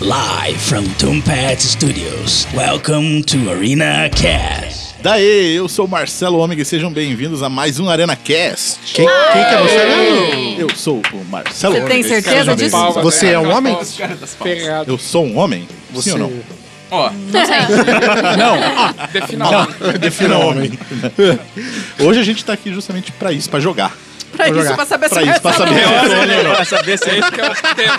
Live from Tombat Studios. Welcome to Arena Cast. Daê, eu sou Marcelo Ômega e sejam bem-vindos a mais um Arena Cast. Quem, quem que é você? Eu sou o Marcelo Você Ômega. tem esse cara certeza já disso? veio. Palmas. né? Você é um homem? Ferrado. Eu sou um homem? Sim ou não? Ó, defina lá. é Defina um homem. Hoje a gente tá aqui justamente pra isso, pra jogar. Pra isso, pra saber Pra se isso, pra essa- saber se é homem ou não. saber se é isso que é o tema.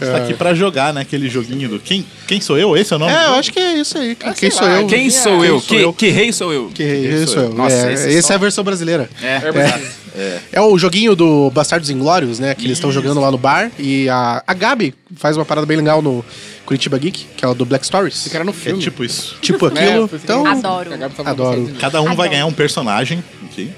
A É. gente tá aqui pra jogar, né? Aquele joguinho do Quem, quem sou eu? Esse é o nome? É, eu acho que é isso aí. Quem, quem sou eu? Quem sou eu? sou que, eu? que rei sou eu? Que isso eu? Nossa, é, esse essa é é a versão brasileira. É verdade. É o joguinho do Bastardos Inglórios, né? Que eles estão jogando lá no bar. E a, a Gabi faz uma parada bem legal no Curitiba Geek, que é o do Black Stories. Esse cara no É filme. tipo isso. Tipo aquilo. então, um Adoro. Adoro. Cada um vai Adoro. ganhar um personagem aqui.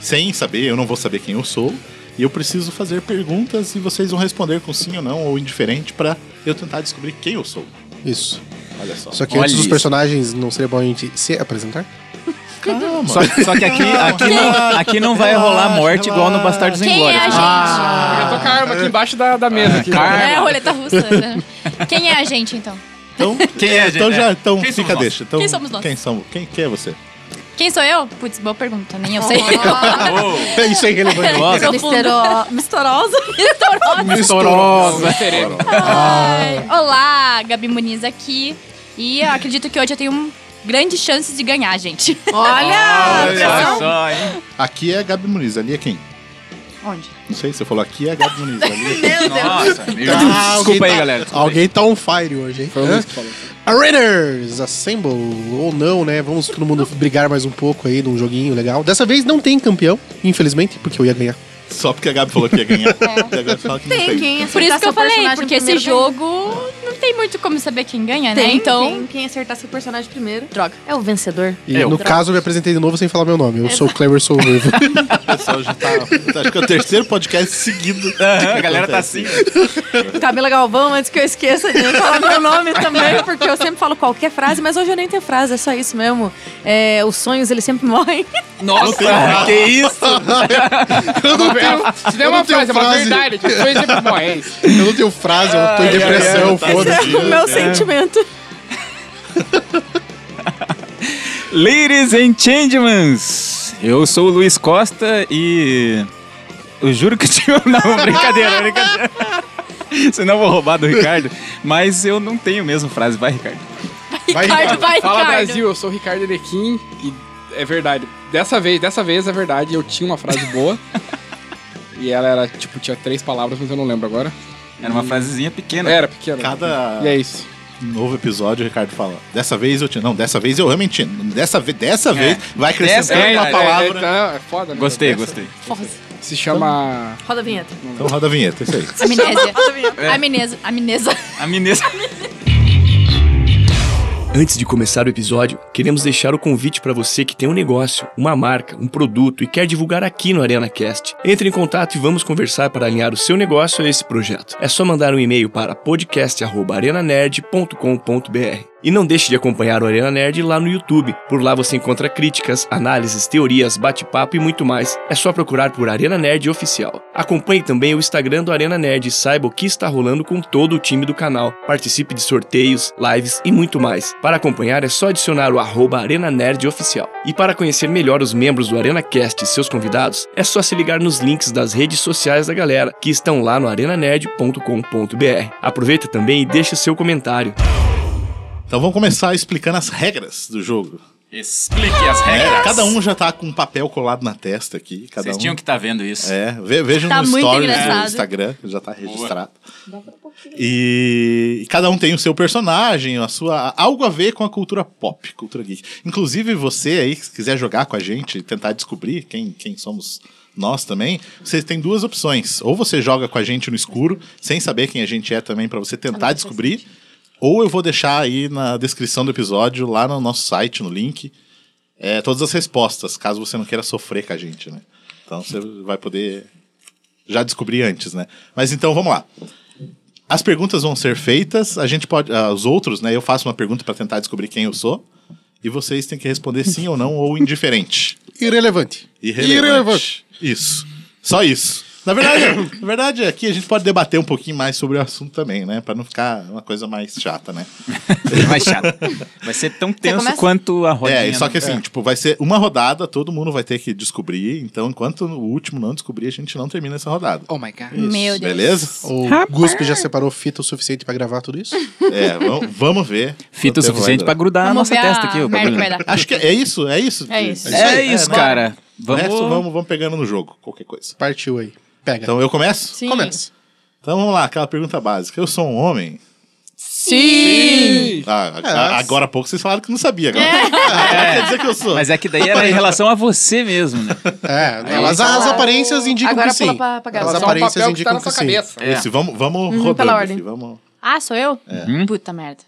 Sem saber, eu não vou saber quem eu sou. E eu preciso fazer perguntas e vocês vão responder com sim ou não, ou indiferente, pra eu tentar descobrir quem eu sou. isso. Olha só. Só que Olha antes dos isso. personagens, não seria bom a gente se apresentar? Calma. Só, só que aqui, aqui, não, aqui não vai Relaxa, rolar morte relaxa. igual no Bastardos Quem Inglórios. é a gente? Eu tô com a arma aqui embaixo da, da mesa. Aqui, É a roleta russa. né? Quem é a gente, então? Então, Quem é a gente? então já, É. então Quem somos fica nós? deixa. Então, Quem somos nós? Quem, são, quem, quem é você? Quem sou eu? Putz, boa pergunta, nem eu sei. isso é irrelevante. Nossa. Mistero... Mistorosa. Mistorosa. Diferente. Ai. Olá, Gabi Muniz aqui. E eu acredito que hoje eu tenho um- grandes chances de ganhar, gente. Olha só, hein? Aqui é a Gabi Muniz, ali é quem? Onde? Não sei, você falou aqui é a Gabi Muniz, ali é quem? Nossa. Ah, alguém Desculpa aí, tá- galera. desculpa aí. Alguém tá on fire hoje, hein? Hã? Raiders, assemble ou não, né? Vamos todo mundo brigar mais um pouco aí num joguinho legal. Dessa vez não tem campeão, infelizmente, porque eu ia ganhar. Só porque a Gabi falou que ia ganhar. É. E agora fala que não tem. Por isso que eu falei, porque esse jogo não tem muito como saber quem ganha, né? Então, Quem, quem acertar seu personagem primeiro droga. é o vencedor. E no caso eu me apresentei de novo sem falar meu É. nome. Eu sou o Clever Sou Ruivo. O pessoal já tá. Acho que é o terceiro podcast seguido. Aham, A galera tá assim. Camila Galvão, antes que eu esqueça de falar meu nome também, porque eu sempre falo qualquer frase, mas hoje eu nem tenho frase, é só isso mesmo. É, os sonhos, eles sempre morrem. Nossa, que isso? eu não tenho, Se der uma frase, é uma verdade. Tipo, foi sempre bom, é isso. Eu não tenho frase, eu tô em depressão, tá. ai, ai, foda-se. É o meu sentimento. Ladies and gentlemen, eu sou o Luiz Costa e. Eu juro que tinha. Não, brincadeira, brincadeira. Senão eu vou roubar do Ricardo. Mas eu não tenho mesmo frase. Vai, Ricardo. Vai, Ricardo, vai, Fala Ricardo. Brasil, eu sou o Ricardo Enequim e é verdade. Dessa vez, dessa vez é verdade, eu tinha uma frase boa. e ela era, tipo, tinha três palavras, mas eu não lembro agora. Era uma frasezinha pequena. Era pequena. Cada E é isso. novo episódio, o Ricardo fala. Dessa vez eu te. Não, dessa vez eu realmente. Dessa, ve- dessa vez vai acrescentando É. Dessa- é, uma é, palavra. então, é foda, né? Ah, Gostei, gostei. Se chama. Roda a vinheta. Então roda a vinheta, isso aí. Amnésia. É. Amnésia. Amnésia. A Minesa. Antes de começar o episódio, queremos deixar o convite para você que tem um negócio, uma marca, um produto e quer divulgar aqui no ArenaCast. Entre em contato e vamos conversar para alinhar o seu negócio a esse projeto. É só mandar um e-mail para podcast@arenanerd.com.br. E não deixe de acompanhar o Arena Nerd lá no YouTube. Por lá você encontra críticas, análises, teorias, bate-papo e muito mais. É só procurar por Arena Nerd Oficial. Acompanhe também o Instagram do Arena Nerd e saiba o que está rolando com todo o time do canal. Participe de sorteios, lives e muito mais. Para acompanhar é só adicionar o arroba Arena Nerd Oficial. E para conhecer melhor os membros do ArenaCast e seus convidados, é só se ligar nos links das redes sociais da galera, que estão lá no arenanerd.com.br. Aproveita também e deixe o seu comentário. Então vamos começar explicando as regras do jogo. Explique as É, regras. cada um já tá com um papel colado na testa aqui. Cada Vocês um. tinham que estar vendo isso. É, ve- vejam Tá no muito stories engraçado. do Instagram, que já tá registrado. E cada um tem o seu personagem, a sua algo a ver com a cultura pop, cultura geek. Inclusive você aí, se quiser jogar com a gente, tentar descobrir quem, quem somos nós também, você tem duas opções. Ou você joga com a gente no escuro, sem saber quem a gente é também, pra você tentar descobrir. Ou eu vou deixar aí na descrição do episódio, lá no nosso site, no link, é, todas as respostas, caso você não queira sofrer com a gente, né? Então você vai poder já descobrir antes, né? Mas então vamos lá. As perguntas vão ser feitas, a gente pode. ah, os outros, né? Eu faço uma pergunta para tentar descobrir quem eu sou. E vocês têm que responder sim ou não, ou indiferente. Irrelevante. Irrelevante. Isso. Só isso. Na verdade, na verdade, aqui a gente pode debater um pouquinho mais sobre o assunto também, né? Pra não ficar uma coisa mais chata, né? Vai chato. Vai ser tão tenso começa? quanto a rodinha. é, e só né? que assim, tipo, vai ser uma rodada, todo mundo vai ter que descobrir. Então, enquanto o último não descobrir, a gente não termina essa rodada. Oh my god. Isso, Meu Deus. Beleza? O Guspe já separou fita o suficiente pra gravar tudo isso? É, vamos, vamos ver. né? Fita o Quanto tempo suficiente pra vai durar. grudar Vamos a ver nossa a testa aqui. O merda que bagulho. vai dar. Acho que é isso, é isso. É isso. É aí, isso, né? cara. O Vamos... É. resto, vamos, vamos pegando no jogo, qualquer coisa. Partiu aí. Pega. Então, eu começo? Sim. Começa. Então vamos lá, aquela pergunta básica. Eu sou um homem? Sim! Ah, É, a- agora há pouco vocês falaram que não sabia. Agora, Agora quer dizer que eu sou. Mas é que daí era em relação a você mesmo, né? É, elas, as fala- aparências indicam Agora que sim. pula pra- pra Gabi. as Só um aparências papel que tá indicam na que, sua sim. cabeça. É. Isso, vamos, vamos pela rodando. ordem. aqui, vamos... Ah, sou eu? Hum? Puta merda.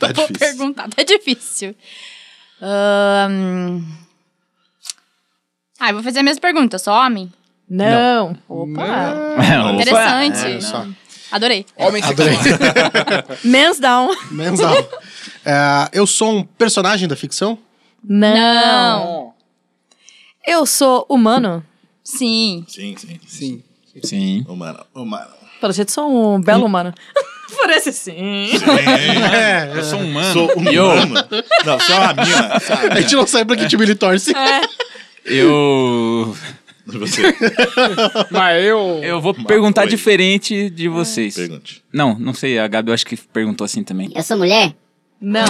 Tá Vou difícil. perguntar, tá difícil. Ahn. Ah, eu vou fazer a mesma pergunta, sou homem? Não. Não. Opa. Interessante. É, só. Adorei. Homem Adorei. sexual. Men's down. Mensal. É, eu sou um personagem da ficção? Não. Não. Eu sou humano. Sim. Sim, sim. Sim. Sim. Humano, humano. Pelo jeito, sou um belo humano. Por esse sim. É. Eu sou um humano. Sou humano. Não, você é uma mina. sabe? A gente não sabe pra que time ele torce. Eu. Você, Mas eu... Eu vou perguntar coisa. diferente Ah. de vocês. pergunte. Não, não sei. A Gabi eu acho que perguntou assim também. Eu sou mulher? Não.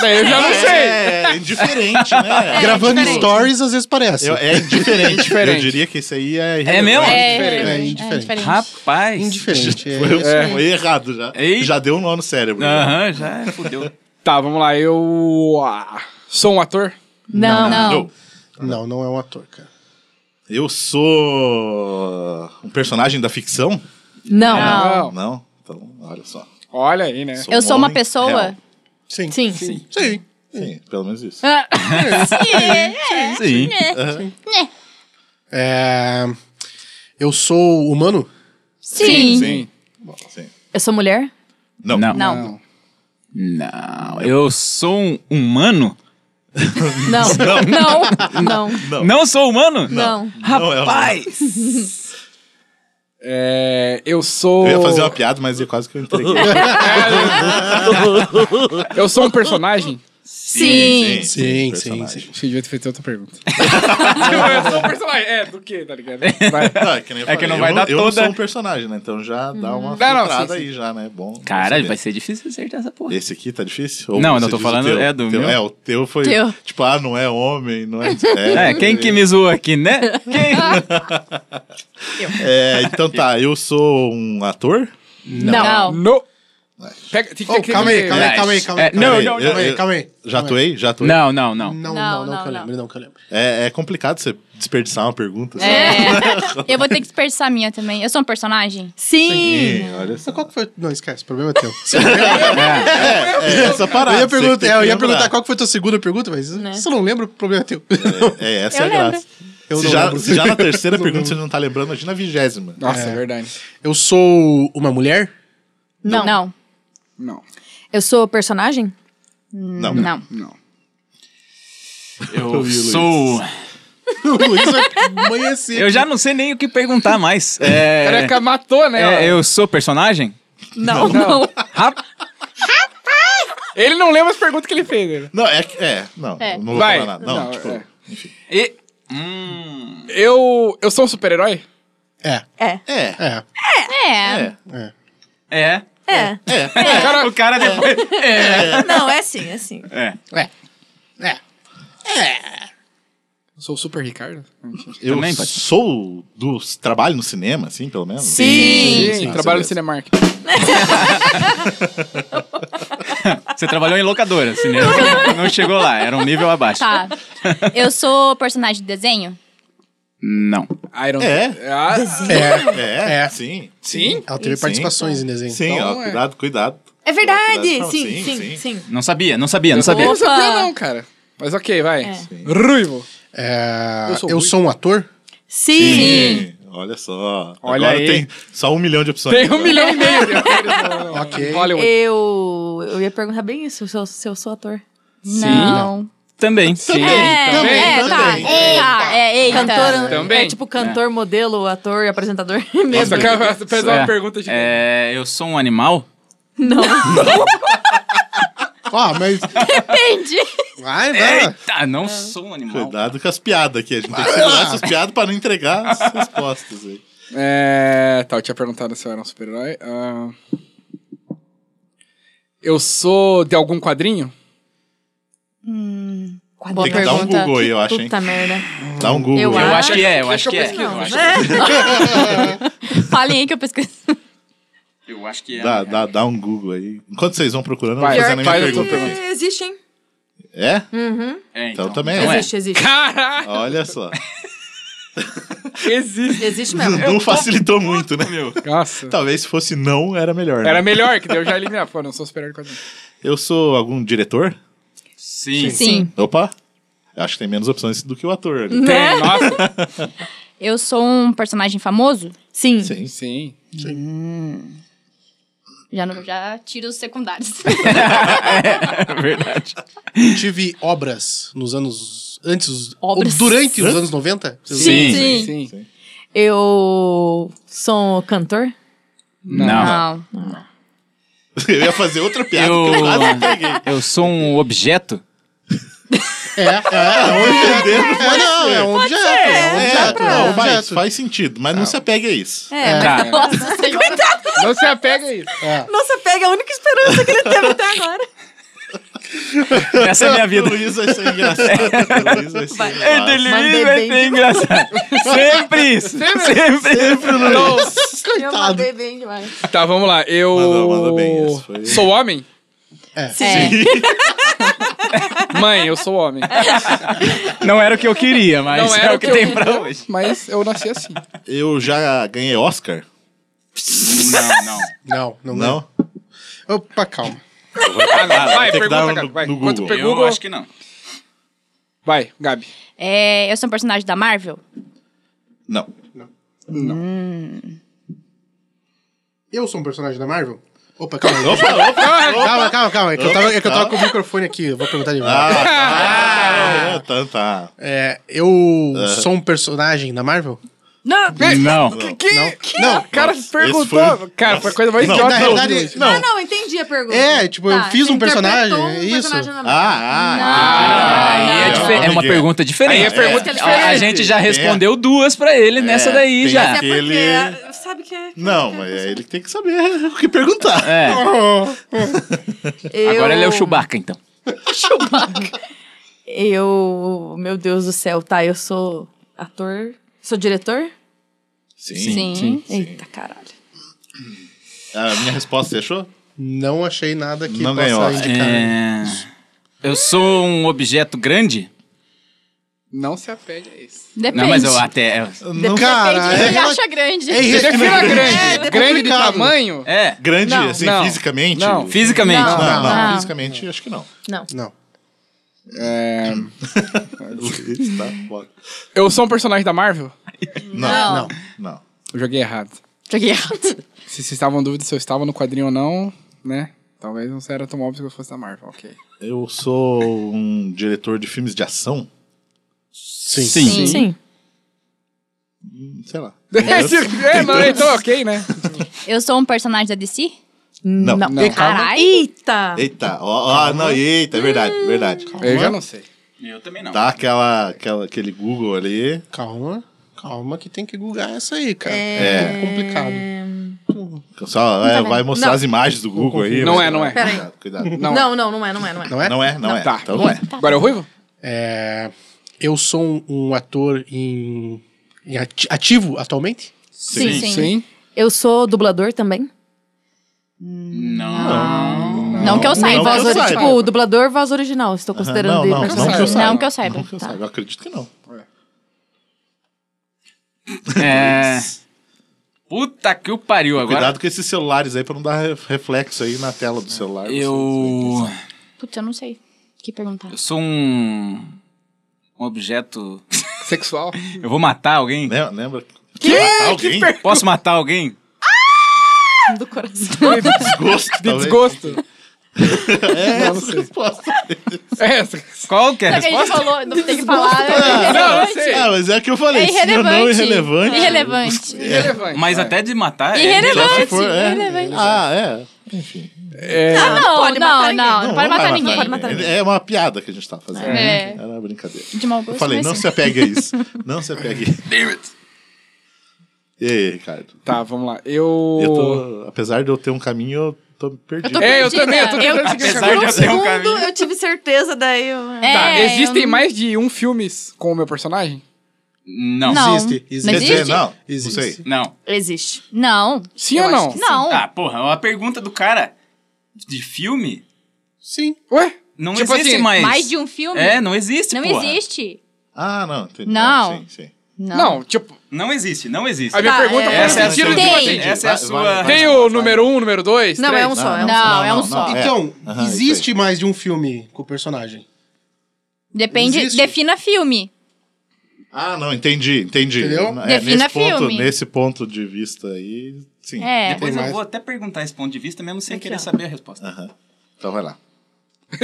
Daí eu já não sei. É, indiferente, né? Gravando diferente. stories, às vezes parece. Eu- é indiferente. Diferente. Eu diria que isso aí é... É mesmo? É, diferente. É indiferente. Rapaz. Indiferente. é. Foi, foi errado já. É. Ei. Já deu um nó no cérebro. Aham, já fudeu. Tá, vamos lá. Eu... ah, Sou um ator? Não. Não. Eu, Não, não é um ator, cara. eu sou um personagem da ficção? Não. Não. Não? Então, olha só. Olha aí, né? Eu um sou uma homem pessoa? real. Sim. Sim. Sim. Sim, pelo menos isso. Ah, Sim. É, Eu sou humano? Sim. Sim. Sim. Eu sou mulher? Não. Não. Não. Não. Eu sou um humano? Não. Não. Não. Não. Não sou humano? Não. Não é um- Rapaz. É, eu sou... Eu ia fazer uma piada, mas eu quase que eu entrei. Eu sou um personagem? Sim, Sim. sim, personagem. sim. Acho que eu devia ter feito outra pergunta. eu sou um personagem. É, do quê, tá ligado? Vai. Não, é que, nem eu É que falei, não eu vai dar eu não toda- sou um personagem, né? Então já dá uma Não, não, filtrada sim, aí já, né? Bom. Cara, saber. vai ser difícil acertar essa porra. Esse aqui tá difícil? Ou Não, eu você não tô diz o falando, teu? é do Teu- meu. É, o teu foi Teu. tipo, ah, não é homem, não é... É, quem que me zoou aqui, né? Quem? É, então tá, eu sou um ator? Não. No. Pega, tem que ter Oh, que calma aí, ter- calma aí, É, calma aí, calma é, aí. calma não, aí. não, calma não. aí, calma aí. Já atuei? Já atuei? Não, não, não. Não, Não, não, não, que eu não, lembro, não que eu lembro. É, é complicado você desperdiçar uma pergunta. sabe? É. Eu vou ter que dispersar a minha também. Eu sou um personagem? Sim. Sim, olha só. Qual que foi... Não, esquece, o problema é teu. É, é essa parada. um. Eu ia, você perguntar, tem que é, eu ia lembrar. perguntar qual que foi tua segunda pergunta, mas se você não lembra, o problema é teu. É, essa Eu é a lembro. graça. Eu se, não já, lembro. se já na terceira pergunta você não tá lembrando, imagina a vigésima. Nossa, é. verdade. Eu sou uma mulher? Não. Não. Não. Eu sou personagem? Não. Não. Eu sou. O Luiz vai amanhecer. Eu já não sei nem o que perguntar mais. É, Careca matou, né? é, eu sou personagem? Não. Não. Rapaz. Ele não lembra as perguntas que ele fez. Né? Não, é que. É, não. É. Não vou Vai. falar nada. Não, Não, tipo. é. E... Hum. Eu, eu sou um super-herói? É, É. É. é. É. É. É. É. O cara, o cara depois. Não, é sim, é sim. É. Eu sou o Super Ricardo? Eu Também pode. sou do trabalho no cinema, assim, pelo menos. Sim. Sim, sim, trabalho no certeza. Cinemark. Você trabalhou em locadora, cinema. não chegou lá, era um nível abaixo. Tá. Eu sou personagem de desenho? Não. Iron É? Ah, É, É. sim. Sim? Ela teve Sim. participações em desenho. Sim, Então, ó, é. cuidado, cuidado. É verdade. Não, Sim, sim, sim, sim. Não sabia, não sabia, não eu sabia. Não sabia Opa. não, cara. Mas ok, vai. Sim. Ruivo. É, Eu eu sou sou, ruim. um ator? Sim. Olha só. Olha Agora aí. tem só um milhão de opções. Tem um Agora. milhão e meio. de Ok. Hollywood. Eu, eu ia perguntar bem isso, se eu, se eu sou ator. Não. Também. Sim, É, também. é, tá. também. Tá, é, eita. Cantor, Também. É tipo cantor, modelo, ator e apresentador mesmo. Nossa, cara, fez uma É, pergunta de. É, eu sou um animal? Ó, Ah, mas. Depende. Vai, vai. Eita, não sou um animal. Cuidado com as piadas aqui. A gente tem que segurar essas piadas pra não entregar as respostas aí. É. Tá, eu tinha perguntado se eu era um super-herói. Ah, Eu sou de algum quadrinho? Tem que dar um Google aí, eu acho, hein? Puta merda. Dá um Google. tá- Eu aí. Eu Ah, acho que é, eu acho deixa que eu é. pesquisar. Eu acho- Falem aí que eu pesquiso. Eu acho que é. Dá, dá, dá um Google aí. Enquanto vocês vão procurando, eu vou Vai, fazendo a minha faz a tua pergunta. pergunta. É, Existe, hein? É? É, Então também é. Então Existe, existe. Caraca, Olha só. existe. Existe mesmo. Não facilitou muito, né? Nossa. Talvez se fosse não, era melhor. né? Era melhor, que daí eu já eliminava. Pô, não sou super-herói de quadrinho. Eu sou algum diretor? Sim. Sim. Opa! Eu acho que tem menos opções do que o ator. ali. Tem, nossa. Eu sou um personagem famoso? Sim. Sim. Sim. Já, não- já tiro os secundários. é verdade. Tive obras nos anos. Antes. os- Obras. ou Durante os anos 90? Vocês Sim. lembram? Sim. Eu sou um cantor? Não. Não. Eu ia fazer outra piada Eu- que eu quase peguei. Eu sou um objeto? É, é, é um Entendeu? Mas não, é um objeto. É um É, objeto. é um não, faz, objeto. faz sentido, mas não se apegue a isso. É, Tá. Não se apega a isso. Nossa, pega a única esperança que ele teve até agora. Essa é a minha vida. Luiz vai ser engraçado. Luiz vai ser É engraçado. delírio, Mandei vai bem ser engraçado. Sempre isso. Sempre. Eu mandei bem demais. Tá, vamos lá. Eu. Mandou- mandou bem, esse foi- Sou homem? É. Mãe, eu sou homem. Não era o que eu queria, mas Não é era o que tem pra queria, hoje. Mas eu nasci assim. Tá, Eu já ganhei Oscar? Não, não. Não, não, não. Não? Opa, calma. Ah, não. Vai, ter que dar pergunta, no- cara. Vai. no Enquanto Google. pergunta- que não. Vai, Gabi. É, eu sou um personagem da Marvel? Não. Eu sou um personagem da Marvel? Opa, calma. aí. Opa, opa! Calma, calma, calma. É que, eu tava, é que eu tava com o microfone aqui. Eu vou perguntar de novo. Ah, Ah, tá, tá. É, eu sou um personagem da Marvel? Não, Não. que, Não. que- o cara Nossa, perguntou. esse foi- Cara, foi a coisa mais Não, idiota. Na do realidade, mundo. não. Ah, não, entendi a pergunta. É, tipo, eu Tá, fiz você um interpretou personagem, um é isso? personagem na Marvel. Ah, ah, Aí é, dife- é uma Miguel. pergunta diferente. Aí é pergunta A- diferente. A gente já respondeu duas pra ele nessa É, daí tem já. que- Aquele- é, sabe que é... Não, mas é ele que tem que saber o que perguntar. É. Eu... Agora ele é o Chewbacca, então. Eu... Meu Deus do céu, tá, eu sou ator... Sou diretor? Sim. Eita, caralho. A minha resposta, você achou? Não achei nada que Não possa ganhou. indicar. É. Eu sou um objeto grande? Não se apegue a isso. Depende. Não, mas eu até. Não. Cara, Depende do que é, ele acha grande. é Defina irrelevante. grande. grande de complicado. tamanho? É. Grande, Não, assim, não. fisicamente? Não. Fisicamente. Não, não, não. fisicamente acho que não. Não. É, Luiz tá foda. Eu sou um personagem da Marvel? Não, Não. não. Eu joguei errado. Joguei errado. Se vocês estavam em dúvida se eu estava no quadrinho ou não, né? Talvez não seria tão óbvio que eu fosse da Marvel, ok. Eu sou um diretor de filmes de ação? Sim. Sim. Sim. Sei lá. é, não, então ok, né? Eu sou um personagem da DC? Não. Não. Caralho. Eita! Eita, ó, ó, não, eita, é verdade, é verdade. Eu já não sei. Eu também não. Tá aquela, aquela, aquele Google ali. Calma. Calma que tem que googar essa aí, cara. É. É complicado. Só é, vai mostrar Não. as imagens do Google aí. Não mas- é, não é. Pera aí. Cuidado, cuidado. Não. Não, não, não é, não é, não é. Não é? Não é, não é. Tá. Então não é. Agora é o Ruivo? É, eu sou um, um ator em, em ati- ativo atualmente? Sim, sim. Eu sou dublador também? Não. Não que eu Não saiba. que eu voz ori- saiba. Tipo, dublador, voz original. Estou Aham, considerando ele. não, não, pra- não que eu personagem. saiba. Não que eu saiba. Não que eu Tá. saiba. Eu acredito que não. É. Puta que o pariu agora. Cuidado com esses celulares aí pra não dar re- reflexo aí na tela do celular. Eu. Putz, eu não sei o que perguntar. Eu sou um. Um objeto. Sexual? Eu vou matar alguém? Lembra? lembra? Que? Alguém? Que Posso matar alguém? Do coração. desgosto, De talvez. desgosto? É essa a resposta. É, essa. Qual que é a Só que a gente resposta? falou, não tem que falar. né? Não, eu sei. Ah, mas é o que eu É falei. sim ou não, irrelevante. irrelevante. Irrelevante. É, Irrelevante. Mas vai. até de matar. é- Irrelevante. Se for, é. Irrelevante. Ah, é. É, Ah, não, pode não, matar não, não, pode matar ninguém. É uma piada que a gente tava fazendo. É. Era uma brincadeira. De mau Eu gosto, falei, mas não sim. se apegue a isso. Não se apegue. Damn it. E aí, Ricardo? Tá, vamos lá. Eu. Eu tô, apesar de eu ter um caminho, eu tô perdido. tô- É, eu também, eu tô Eu- tentando seguir o Apesar caminho. de eu ter um caminho. eu tive certeza, daí. eu- É, Tá, eu existem não- mais de um filmes com o meu personagem? Não. Não. Existe, existe. Não Quer dizer, existe? não, Existe. não sei. Não. Existe. Não, Sim Eu ou acho não? que não. Ah, porra, a pergunta do cara de filme Sim. Ué? não Tipo existe assim, mais. mais de um filme? É, não existe, não porra. existe. Ah, não, entendi. Não. Ah, Sim, sim. Não. Não, tipo, Não existe, não existe. a minha Tá, pergunta é, foi no Essa é a sentido sua. de Tem. você. Essa é a Vai, sua. vai, vai. Tem o número um, o número dois? Não, três? é um só. é um Não. só. é um só. é. Então, Aham, isso aí. existe mais de um filme com o personagem. Depende, Existe. defina filme. Ah, não, entendi, entendi. Entendeu? É, Defina nesse ponto, filme. Nesse ponto de vista aí, sim. É. Depois Tem eu mais. vou até perguntar esse ponto de vista, mesmo sem Aqui, querer ó. saber a resposta. Aham. Então vai lá.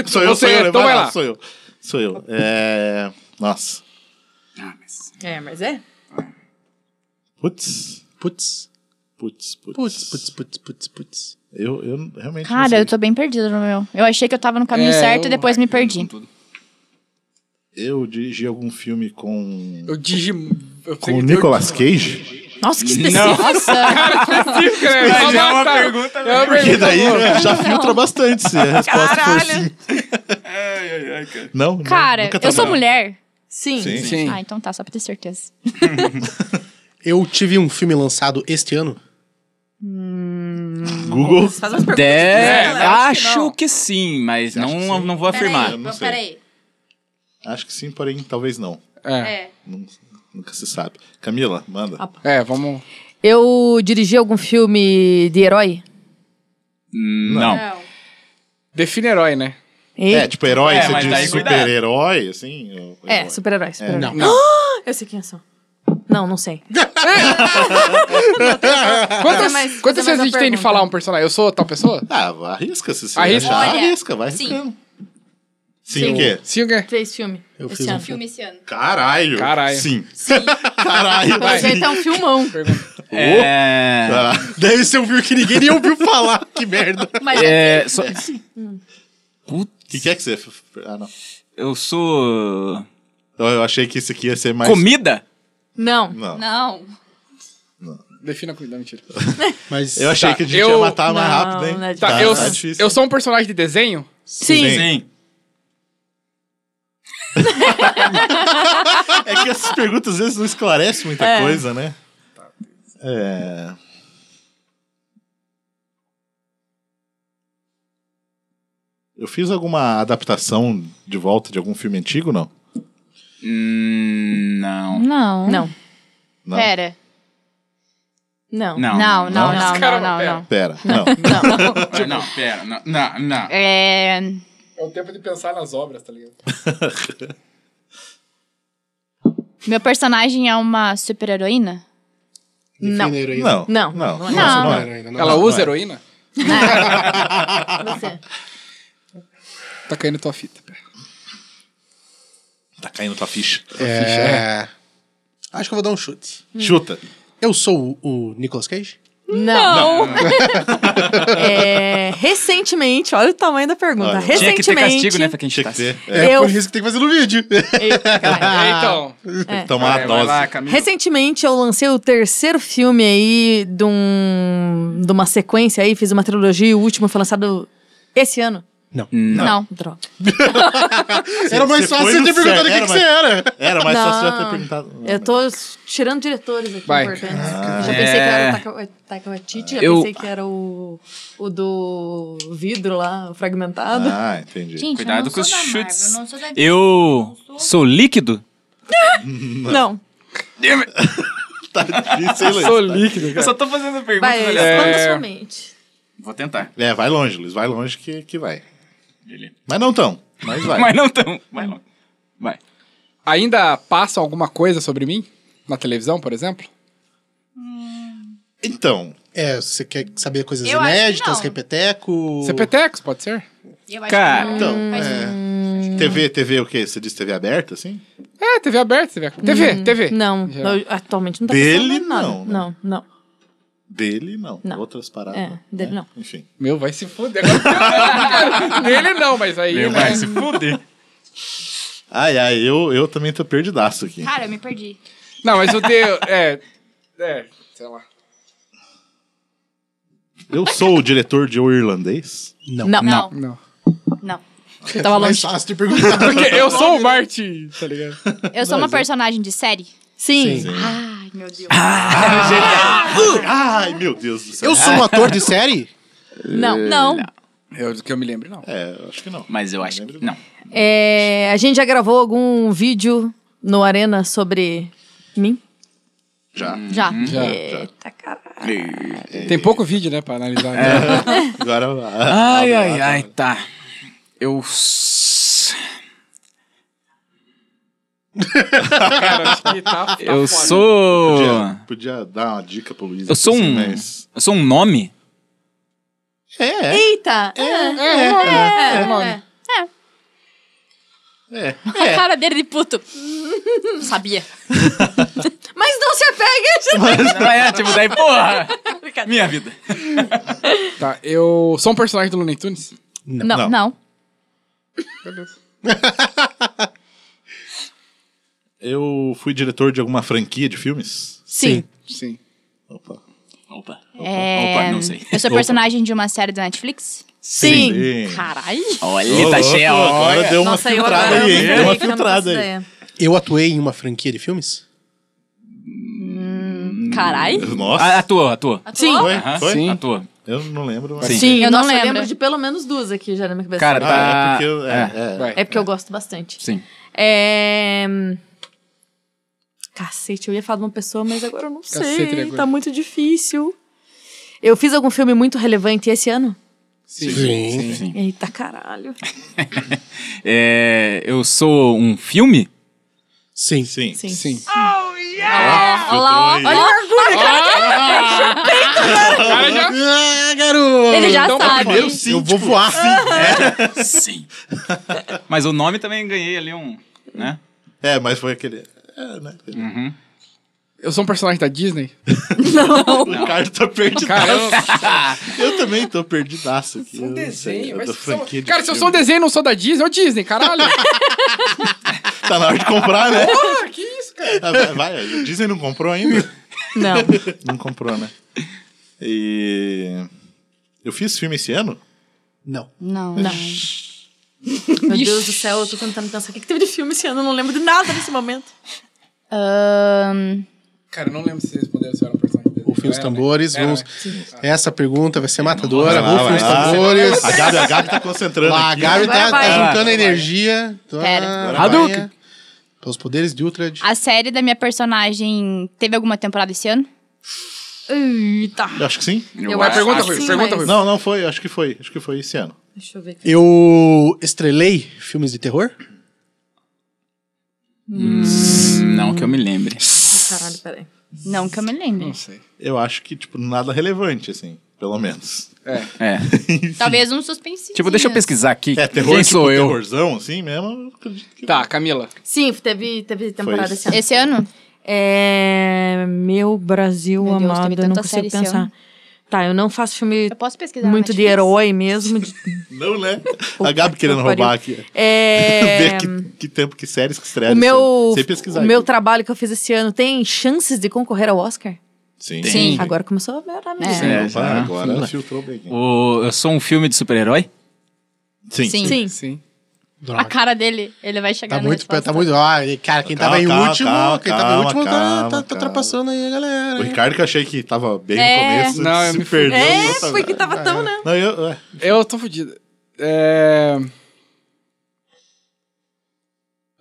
Sou eu, Você, sou eu, né? então vai lá. Sou eu. Sou eu. É... Nossa. É, mas é? Putz. Putz. Putz, putz. Putz, putz, putz, putz, putz. Eu, eu realmente não Cara, sei. eu tô bem perdida no meu. Eu achei que eu tava no caminho É, certo eu- e depois me Com perdi. tudo. Eu dirigi algum filme com... Eu digi... Eu Com o Nicolas Cage? Nossa, que específico. Nossa. Mas é uma pergunta É uma Porque pergunta. daí boa. já filtra bastante se a resposta for sim. Ai, ai, ai, cara. Não, não, Cara, nunca eu sou trabalhei. mulher. Sim. Sim. Sim. Ah, então tá, só pra ter certeza. Eu tive um filme lançado este ano. Google. Faz umas perguntas. É, difíceis, né? acho que sim, mas Acho que não, sim. não vou afirmar. Eu não sei. Acho que sim, porém talvez não. É. Nun- Nunca se sabe. Camila, manda. é, vamos... Eu dirigi algum filme de herói? Não. Define herói, né? É, tipo, herói, É, você mas daí diz cuidado. super-herói, assim? ou- É, herói. super-herói. Super Não. Eu sei quem são. Não, não sei. Quantas, mais- fazer mais quantas vezes a uma gente tem de pergunta. falar um personagem? Eu sou tal pessoa? Ah, arrisca se você Arrisca. achar. Olha, arrisca, vai sim. arriscando. Sim, o quê? Sim, o quê? Fez filme. Eu Esse fiz um ano. filme. esse ano. Caralho. Caralho. Sim. Caralho. Ah. Vai. sim. Então, filmão. É, Caralho. Deve ser um filme que ninguém nem ouviu falar. Que merda. Mas é, só- Putz, O que, que é que você... Ah, não. eu sou... Então, Eu achei que isso aqui ia ser mais... Comida? Não. Não. não. Defina a comida, mentira. Mas Eu achei Tá, que a gente eu- ia matar mais Não, rápido, hein? não é Tá, Tá, eu, tá difícil. eu sou um personagem de desenho? Sim. Sim. É que essas perguntas às vezes não esclarecem muita coisa, né? É... Eu fiz alguma adaptação de volta de algum filme antigo, não? Hum, não. Não. Não. Não. Pera. Não. Não. Não, não, Não? não, não, Caramba, não, pera. Pera, não. não. Ah, Não, pera, não, não, não. É... É o tempo de pensar nas obras, tá ligado? Meu personagem é uma super-heroína? Não. Define heroína. Não. Não. Não. Não Não. é. Nossa, Não não é é. heroína, não. Ela Não, usa não é. heroína? Você. Tá caindo tua fita. pera. Tá caindo tua ficha. né? É... Acho que eu vou dar um chute. Hum. Chuta. Eu sou o, o Nicolas Cage? Não. É, recentemente, olha o tamanho da pergunta. Olha. Tinha que ter recentemente. castigo, né, pra quem Tinha que chutasse. ter. É. Eu- por isso que tem que fazer no vídeo. Ah. então, É. Tomar Vai, a vai dose. lá, Camila. Recentemente eu lancei o terceiro filme aí de, um, de uma sequência aí, fiz uma trilogia e o último foi lançado esse ano. Não. Droga. era mais Você fácil foi você no ter perguntado o certo, que, que você era, era. Era mais fácil Não. eu ter perguntado. Eu tô tirando diretores aqui Vai. É. importantes. Já pensei que era o Taka- Taika Waititi, já Eu- pensei que era o, o do vidro lá, o fragmentado. Ah, entendi. Gente, Cuidado eu não com os sou da Marvel, chutes. eu não sou da Disney, Eu não sou- sou líquido? não. Tá difícil, hein, Luiz? sou líquido, Eu cara. só tô fazendo pergunta, Vai, velho. expanda É. sua mente. Vou tentar. É, vai longe, Luiz. Vai longe que, que vai. Beleza. Mas não tão. Mas vai. Mas não tão. Vai lá. Vai. Ainda passa alguma coisa sobre mim? Na televisão, por exemplo? Então, É, você quer saber coisas Eu acho que inéditas, não. repeteco... CPTEX, pode ser? Eu acho Cara, que não. Então, Hum. Faz- é. TV, TV o quê? Você disse TV aberta, assim? É, TV aberta, TV. TV, TV. Hum, Não, Já. não, atualmente não tá Dele, passando nada. não, né? Não, não. Dele, não. Não. Outras paradas. É, dele né? não. Enfim. Meu, vai se fuder. Cara, Dele não, mas aí. né? Meu, vai se fuder. Ai, ai, eu, eu também tô perdidaço aqui. Cara, eu me perdi. Não, mas o teu. É. É, sei lá. Eu sou o diretor de O Irlandês. Não. Não, Não, Não. não. eu tava Mais longe. fácil de perguntar. Porque eu sou o Martin, tá ligado? Eu sou uma é. personagem de série? Sim. Ai, meu Deus. Ai, meu Deus do céu. Eu sou um ator de série? Não. Não. Eu, que eu me lembro, não. É, eu acho que não. Mas eu acho que. Não. É, a gente já gravou algum vídeo no Arena sobre mim? Já. Já. É. Já. Eita, caralho. Tem pouco vídeo, né, pra analisar. né? Agora. ah, Ai, abre ai, lá. ai, tá. Eu. s- Cara, acho que tá. tá Eu foda. sou. Podia, podia dar uma dica pro Luiz. Eu sou assim, um. Mas... Eu sou um nome? É, é. Eita! É, é, é. É o nome. é. A cara dele de puto. Não sabia. Mas não se apegue! Não é, tipo, daí, porra! Minha vida. Tá, eu sou um personagem do Looney Tunes? Não, não. Eu fui diretor de alguma franquia de filmes? Sim. Sim. Opa. Opa. É, Opa, não sei. Eu sou personagem de uma série da Netflix? Sim. Sim. Caralho. Tá Olha, tá Ô, cheio. louco, ó. Agora deu uma Nossa, eu filtrada agora aí, eu hein? Deu uma fiquei que eu não faço filtrada aí. ideia. Eu atuei em uma franquia de filmes? Caralho. Nossa. Ah, Atua, atua. Sim. Foi? Aham, Foi? sim. Atua. Eu não lembro, mas. Sim. Sim, Eu eu não nossa, eu lembro. lembro de pelo menos duas aqui já na minha cabeça. Cara, Ah, tá. é porque eu. É, é. Vai. é porque eu gosto bastante. Sim. É... Cacete, eu ia falar de uma pessoa, mas agora eu não Cacete, sei. né, agora? tá muito difícil. Eu fiz algum filme muito relevante esse ano? Sim. Sim. Eita, caralho. É, eu sou um filme? Sim. é, Sim. Sim. Sim. Olha lá, ó. Filtrou aí. Olha lá. Cara, já Ah, garoto! Ele já Então, sabe. Eu sim. Eu vou voar. Ah, Sim. Mas o nome também ganhei ali um. Né? É, mas foi aquele. É, né? Eu sou um personagem da Disney? O Ricardo tá perdidaço. Cara, eu, Eu também tô perdidaço aqui. Um desenho, mas da se eu sou- franquia de cara, se eu filme. sou um desenho e não sou da Disney, eu Disney, caralho. Tá na hora de comprar, né? Porra, que isso, cara? Ah, Vai, vai. O Disney não comprou ainda? Não. Não comprou, né? E. Eu fiz filme esse ano? Não. Não. Meu Deus do céu, eu tô tentando pensar. O que, que teve de filme esse ano? Eu não lembro de nada nesse momento. Ahn, Cara, eu não lembro se vocês responderam se eu era um personagem da Disney. Rufem os Era, né? tambores. Era, Vamos... né? Essa pergunta Ah, vai ser matadora. Vai lá, Rufem vai os lá. tambores. A Gabi, a Gabi tá concentrando. Lá, a aqui. Gabi tá, Agora vai. tá juntando Agora energia. Tá, Pera. agora Hadouken. vai. Pelos poderes de Ultrad. a série da minha personagem teve alguma temporada esse ano? Eita. Eu acho que sim. Eu Vai, acho pergunta, que Rui, um sim, pergunta, Assim, mas- Rui. Não, não foi. Acho que foi. Acho que foi esse ano. Deixa eu ver. aqui. Eu estrelei filmes de terror? Não que eu me lembre. Caralho, peraí. Não que eu me lembre. Não sei. Eu acho que, tipo, nada relevante, assim. Pelo menos. É. Talvez um suspensinho. Tipo, deixa eu pesquisar aqui. É, terror, Quem tipo, sou eu? terrorzão, assim mesmo. eu acredito que- Tá, Camila. Sim, teve, teve temporada Foi esse ano. Esse ano? É... Meu Brasil Meu Deus, amado, teve eu não tanta série consigo esse pensar. ano. Tá, eu não faço filme Eu posso pesquisar. na muito de Netflix? herói mesmo, de Não, né? Puta a Gabi que querendo pariu. roubar aqui. É, Ver que, que tempo, que séries que estreia. o meu, Sem pesquisar. o meu aqui. trabalho que eu fiz esse ano tem chances de concorrer ao Oscar? Sim. Sim. Agora começou a ver a minha. É. É, Opa, já. agora filtrou bem. O- eu sou um filme de super-herói? Sim. Sim. Sim. Sim. A Droga. cara dele, ele vai chegar Tá na muito, resposta. tá muito. Ah, cara, quem Calma, tava em calma, último, calma, quem tava em calma, último tá, calma, tá, tá calma. ultrapassando aí a galera. O hein? Ricardo, que eu achei que tava bem É. no começo, Não, eu se me fui. perdeu. É, eu tava- foi que tava tão, né? Não, eu... é. Eu tô fudido. É...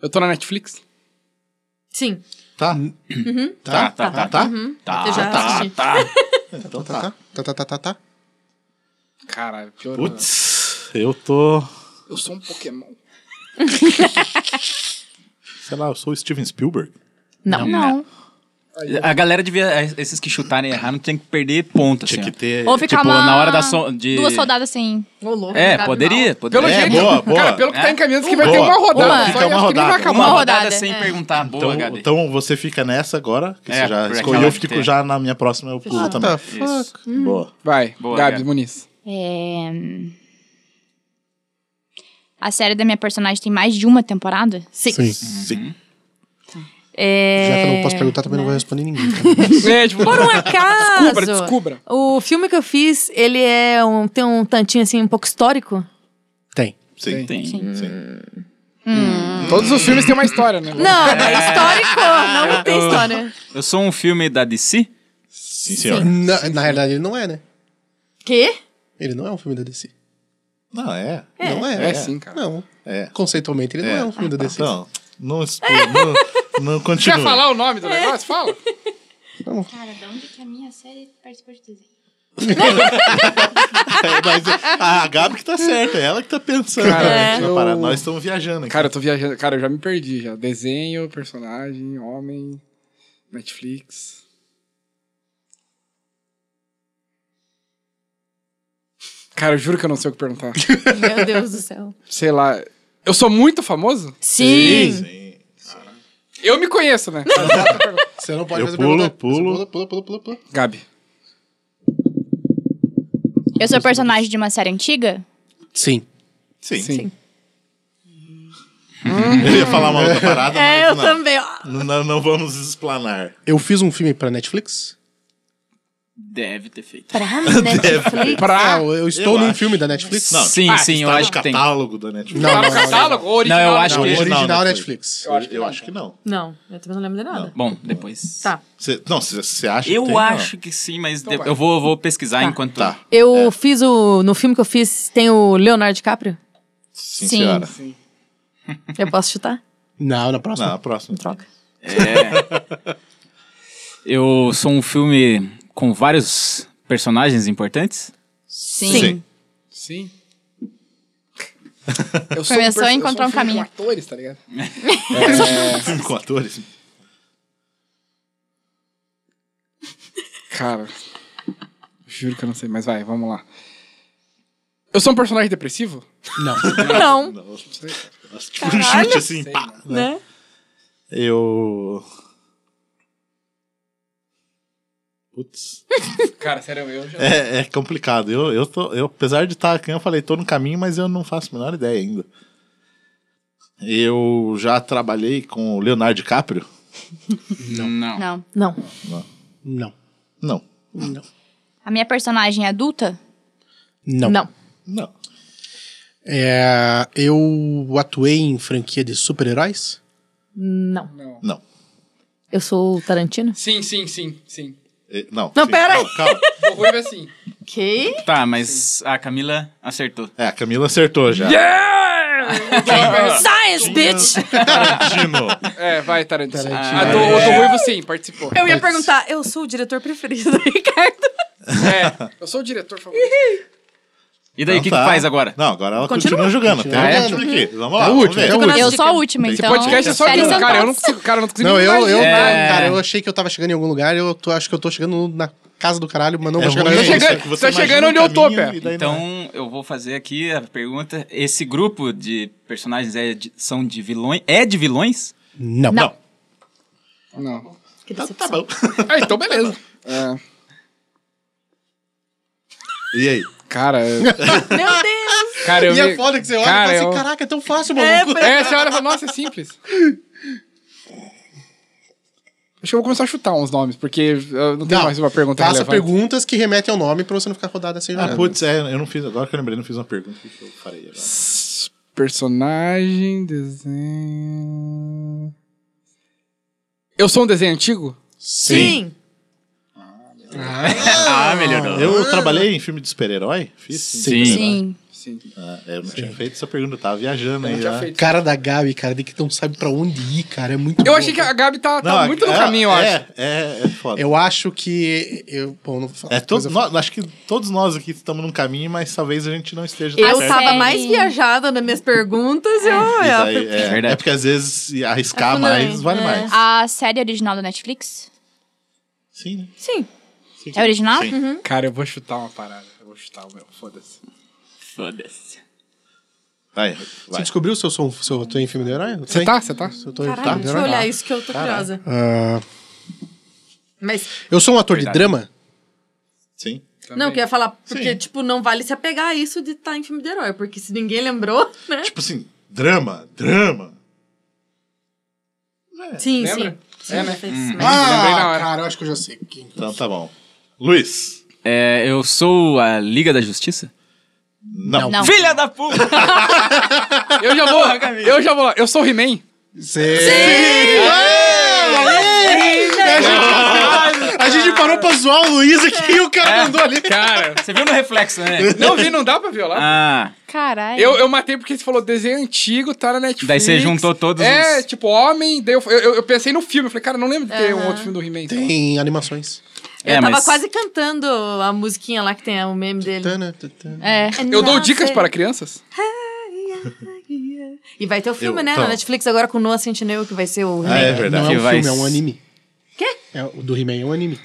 Eu tô na Netflix? Sim. Tá. Tá, tá, tá. Tá? Tá, Eu já tá, assisti. tá. Então tá. tá, tá, tá, tá, tá, tá. Caralho, piorou. Putz, eu tô... Eu sou um Pokémon. Sei lá, eu sou o Steven Spielberg. Não. Não. A galera devia, é, esses que chutarem e erraram, tinha que perder ponto, assim. Tinha que ó. ter. Ou ficar tipo, uma... na hora da so- de- Duas soldadas assim. Ô, louco, É, cuidado, poderia, poderia. Pelo É, jeito, boa, cara, boa. pelo que É. tá encaminhando, que vai Boa. ter uma rodada. Uma. só Fica que eu uma acho que nem vai rodada. acabar. Uma rodada rodada, sem é. perguntar. Boa, Então, HD. então você fica nessa agora, que É, você já por escolheu, aquela eu que fico tem. já na minha próxima, eu pulo também. Tá, Isso. fuck. Boa. Vai, Boa, Gabs Gabi. Muniz. É... A série da minha personagem tem mais de uma temporada? Sim. Sim. Sim. É... Já que eu não posso perguntar, também não vou responder ninguém. cara. É, tipo, Por um acaso. descubra, descubra. O filme que eu fiz, ele é um, tem um tantinho assim, um pouco histórico. Tem. Sim. Tem. Sim. Todos os filmes têm uma história, né? Não, é histórico. Não tem Eu- história. Eu sou um filme da DC? Sim, senhor. Na, na realidade, ele não é, né? Quê? Ele não é um filme da DC. Não, é. Não é. É, sim, cara. Não. É. Conceitualmente, ele não é um filme da DC. Então, não, expo- não, não Quer continua. falar o É. nome do negócio? Fala. Cara, de onde que a minha série participou de desenho? É, Mas a Gabi que tá certa, é ela que tá pensando. Cara, né, na eu- parada. Nós estamos viajando aqui. Cara, eu tô viajando. Cara, eu já me perdi já. Desenho, personagem, homem, Netflix. Cara, eu juro que eu não sei o que perguntar. Meu Deus do céu. Sei lá. Eu sou muito famoso? Sim. Sim. Eu me conheço, né? Você não pode Eu fazer pulo, pergunta. Você pulo. pula, pula, pula, pula, pula. Gabi. Eu sou personagem de uma série antiga? Sim. Sim. Hum. Sim. Eu ia falar uma outra parada, É, mas eu não. também. ó. Não, não vamos explanar. Eu fiz um filme pra Netflix. Deve ter feito. Pra né, Netflix. Ah, Pra. eu eu estou eu num acho. filme da Netflix. Não, sim, ah, sim, eu Tá acho no que tem. catálogo da Netflix. Tá Não, no não, não. catálogo? ou Original, Não, eu acho Não, que- original, original Netflix. Netflix. Eu acho que, não. Não, eu também não lembro de nada. Bom, depois. Tá. Cê- não, você acha Eu que tem? acho que sim, mas de- eu vou, vou pesquisar enquanto. Tá. Eu fiz o. No filme que eu fiz, tem o Leonardo DiCaprio? Não. Sim, Sim. senhora. Eu posso chutar? Não, na próxima. Não, a próxima. Troca. Eu sou um filme com vários personagens importantes. Sim. Sim. Eu Começou perso- a eu encontrar um filme caminho. Com atores, tá ligado? Filme com atores. Cara. Juro que eu não sei, mas vai, vamos lá. Eu sou um personagem depressivo? Não. Nossa, tipo, um chute assim, pá. Né? Eu. Putz. Cara, sério, eu já. É, é complicado. Eu, eu tô, eu, apesar de estar, quem eu falei, tô no caminho, mas eu não faço a menor ideia ainda. Eu já trabalhei com o Leonardo DiCaprio? Não. Não. Não. Não. Não. A minha personagem é adulta? Não. Não. Não. É, eu atuei em franquia de super-heróis? Não. Não. Eu sou o Tarantino? Sim, sim, sim, sim. Eh, Não, Não, pera aí. calma, calma. O ruivo é assim. Que? Tá, mas a Camila acertou. É, a Camila acertou já. Science, bitch! Tarantino. É, vai, Tarantino. Tarantino. A do, o do ruivo, sim, participou. Eu ia perguntar, Então tá, eu sou o diretor preferido do Ricardo. É, eu sou o diretor favorito. E daí, o Então que, tá. que faz agora? Não, agora ela Continua. continua, jogando. Até Continua. o último aqui. Vamos lá. Até o vamos ver. último, até o último. Eu sou a última, Esse então. Podcast é só de Séries um. são Cara, eu não todas- consigo, cara, eu não consigo Não, nem eu, eu imaginar. É. cara, eu achei que eu tava chegando em algum lugar, eu tô, acho que eu tô chegando na casa do caralho, mas não É vou chegar na ruim Tá isso, minha chegando- é que você tá imagina chegando um onde eu tô, caminho Pé. e daí não é. Então, eu vou fazer aqui a pergunta. Esse grupo de personagens é de- são de vilões? É de vilões? Não. Não. Não. Que Tá, tá decepção. bom. Ah, então beleza. É, E aí? cara, Meu Deus! cara, eu E é me- foda que você olha cara, e fala eu- assim, caraca, é tão fácil, É, maluco. É, você olha e fala, nossa, é simples. Acho que eu vou começar a chutar uns nomes, porque eu não tenho mais uma pergunta Faça relevante. perguntas que remetem ao nome pra você não ficar rodada assim. Ah, né? putz, é, eu não fiz. Agora que eu lembrei, não fiz uma pergunta que eu farei agora. Personagem, desenho... Eu sou um desenho antigo? Sim! Ah, melhorou. Eu trabalhei em filme de super-herói? Fiz? Sim. Sim. Sim. Ah, eu não tinha feito essa pergunta, eu tava viajando aí. né? Cara da Gabi, cara, de que não sabe pra onde ir, cara, é muito Eu bom, achei que a Gabi tá, tá Não, muito no é- caminho, eu é, acho. É, é foda. Eu acho que... Eu, bom, não vou falar. É, todos Depois eu nós, acho que todos nós aqui estamos num caminho, mas talvez a gente não esteja Eu certo. tava série. mais viajada nas minhas perguntas e eu. E daí, É é, verdade. é porque às vezes se arriscar Afundou, mais hein? vale É. mais. A série original da Netflix? Sim, né? Sim. É original? Sim. Cara, eu vou chutar uma parada. Eu vou chutar o meu, foda-se. Foda-se. Vai, Você vai. descobriu se eu sou um, se eu tô em filme de herói? Você tá? Você tá? Se eu tô em Caralho, filme de deixa eu herói? olhar isso que eu tô curiosa. Ah, Mas, eu sou um ator de drama? Sim. não, que eu ia falar, porque, Sim. tipo, não vale se apegar a isso de estar em filme de herói, porque se ninguém lembrou, né? Tipo assim, drama, drama. sim, lembra? sim. sim É, já né? fez, mas- lembrei na hora. Ah, cara, eu acho que eu já sei. quem que é. Então tá bom. Luiz. É, eu sou a Liga da Justiça? Não. Não. Filha da puta! Eu já vou, eu já vou lá. Eu sou o He-Man. é. A gente parou pra zoar o Luiz aqui e o cara É. mandou ali. Cara, Você viu no reflexo, né? não vi, não dá pra violar. Ah, Caralho. Eu, eu matei porque você falou desenho antigo, tá na Netflix. daí você juntou todos É, os... tipo, homem. Daí eu, eu, eu pensei no filme. Eu falei, cara, não lembro de ter um outro filme do He-Man. então. Tem animações. Eu É, tava mas- quase cantando a musiquinha lá que tem o meme dele. Tana, tana. É. Eu dou dicas para crianças? E vai ter o filme, Eu- né? então. Na Netflix agora com Noah Centineo, que vai ser o. Ah, é Não é um verdade. Que filme, vai é um s- anime. Quê? É, o do He-Man é um anime.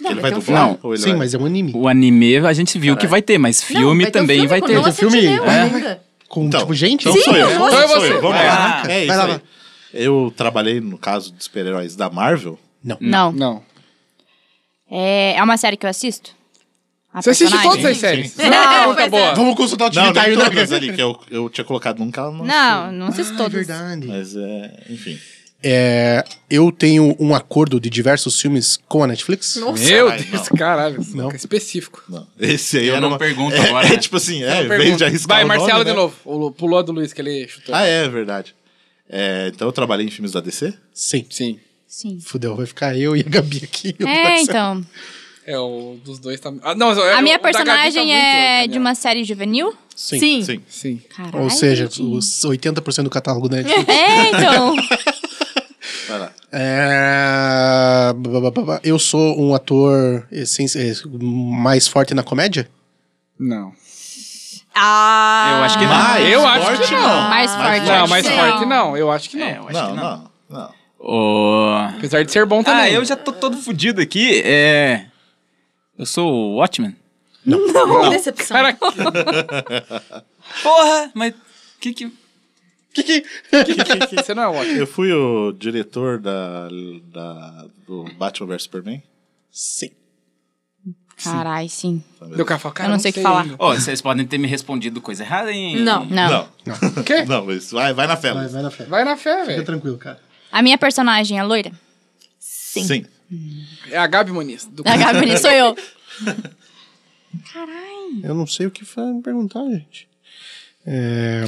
Não, ele vai vai ter um dublar? filme. Ou ele Sim, vai- mas é um anime. Então O anime a gente viu que vai ter, mas Não, filme um também filme vai com ter. Noah Tem filme? Centineo É. ainda. Com, tipo, gente? Então sou eu. Sim, Então eu sou vou. eu. Vamos Vai lá. lá. É isso Vai lá, aí. vai. Eu trabalhei, no caso dos super-heróis da Marvel. Não. Não. É, é uma série que eu assisto? A Você assiste personagem? todas as séries. Sim. Não, tá Pois boa. Vamos consultar o né? Não, time nem time da todas ali, que eu, eu tinha colocado num caso. não. Não, não assisto Ah, é todas. verdade. Mas é, enfim. É, eu tenho um acordo de diversos filmes com a Netflix. Nossa. Meu Ai, Deus, não. caralho. é Não. Específico. Não. Esse aí Eu era não uma- pergunto é, agora, É né? tipo assim, é, em vez Pergunta. de arriscar. Vai, o nome, Marcelo de né? novo. O Lu- Pulou a do Luiz que ele chutou. Ah, é, é verdade. É, então eu trabalhei em filmes da DC? Sim. Sim. Sim. Fudeu, vai ficar eu e a Gabi aqui. É, então. É, o dos dois tá. Ah, não, é- A minha o da Gabi tá personagem muito é caminhado. de uma série juvenil? Sim. Sim. Sim. Sim. Caralho. Ou seja, gente. os 80% do catálogo da Netflix. É, então. Vai lá. É, ba, ba, ba, ba. Eu sou um ator essen- eh, mais forte na comédia? Não. Ah! Eu acho que não. eu acho que forte, não. Mais forte. Não, acho mais que forte não. Eu acho que não. É, eu acho Não, que não. não, não. O- Apesar de ser bom também. Ah, eu já tô todo fudido aqui. É... Eu sou o Watchman. não. Decepção. Cara, Porra, mas... Que que... você não é ótimo. Eu fui o diretor da, da- do Batman vs Superman. Sim. Caralho, sim. Deu cara, fala, cara, Eu não sei o que falar. ainda. Ó, vocês podem ter me respondido coisa errada, hein? Não. Não. Não. O quê? Não, mas vai, vai na fé. Vai, Luiz. vai na fé. Vai na fé, tá Fica velho. tranquilo, cara. A minha personagem é loira? Sim. É a Gabi Muniz. Do... A Gabriela sou eu. Eu não sei o que fa- perguntar, gente. É,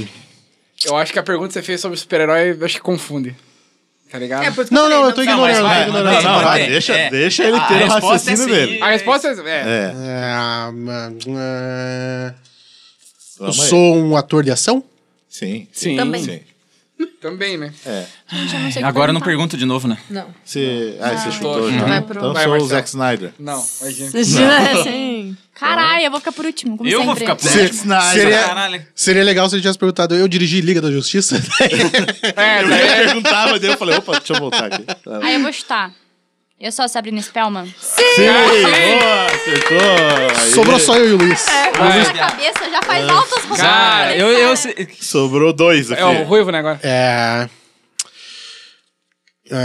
Eu acho que a pergunta que você fez sobre super-herói, eu acho que confunde. Tá ligado? É, por isso que Não, falei, não, eu tô não- Não, mas ignorando. vai, tô Não, ignorando. não, Tem, não, vai, tem. deixa, É. deixa ele A ter o resposta é raciocínio sim. dele. A resposta é... é. É, Ah, ma- ah, eu vamos aí. sou um ator de ação? Sim, Sim. Também. sim. Também, né? É. Agora eu não pergunto de novo, né? Não. Você, ah, você chutou Não. já. Vai pro- Então eu Vai, sou o Marcelo. Zack Snyder. Não, imagina. Assim, Caralho, eu vou ficar por último, como Eu vou sempre. ficar por Ser- último. seria, Caralho. seria legal se ele tivesse perguntado. Eu dirigi Liga da Justiça? É, Eu daí ia perguntar, mas daí eu falei, opa, deixa eu voltar aqui. Tá. Aí eu vou chutar. Eu sou a Sabrina Spellman. Sim, boa, acertou. Aí. Sobrou só eu e o Luiz. Essa cabeça já faz altas rodadas. Cara, eu... eu se- Sobrou dois aqui. é o Ruivo, né, agora? É.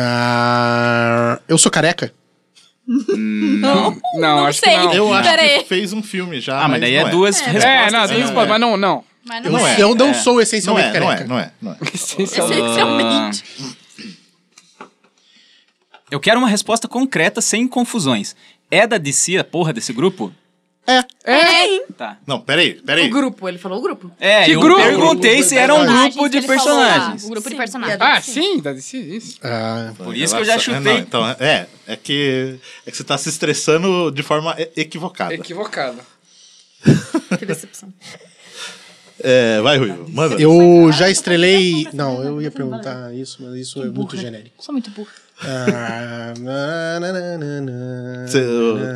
Ah, eu sou careca? Não, não acho sei. que não. Eu acho Pera aí. que fez um filme já. Ah, mas daí não é duas É, respostas. não, tem né? resposta, mas não, não. Mas Eu não é. eu não É. sou Não essencialmente é, não careca. é, não é, não é. Essencialmente. Eu quero uma resposta concreta, sem confusões. É da DC a porra desse grupo? Tá. Não, peraí, peraí. o grupo, ele falou o grupo. É, Que eu grupo? perguntei se era um Personagens grupo de que ele falou lá, personagens. O grupo de Sim, personagens. Ah, sim, da DC, isso. Ah, Por isso que eu já chutei. Não, então, é, é que, é que você tá se estressando de forma e- equivocada. Equivocado. Que decepção. É, vai, Ruivo, manda. eu já estrelei. Não, eu ia perguntar isso, mas isso é muito genérico. Sou muito burra. Ah, na, na, na, na, na. Você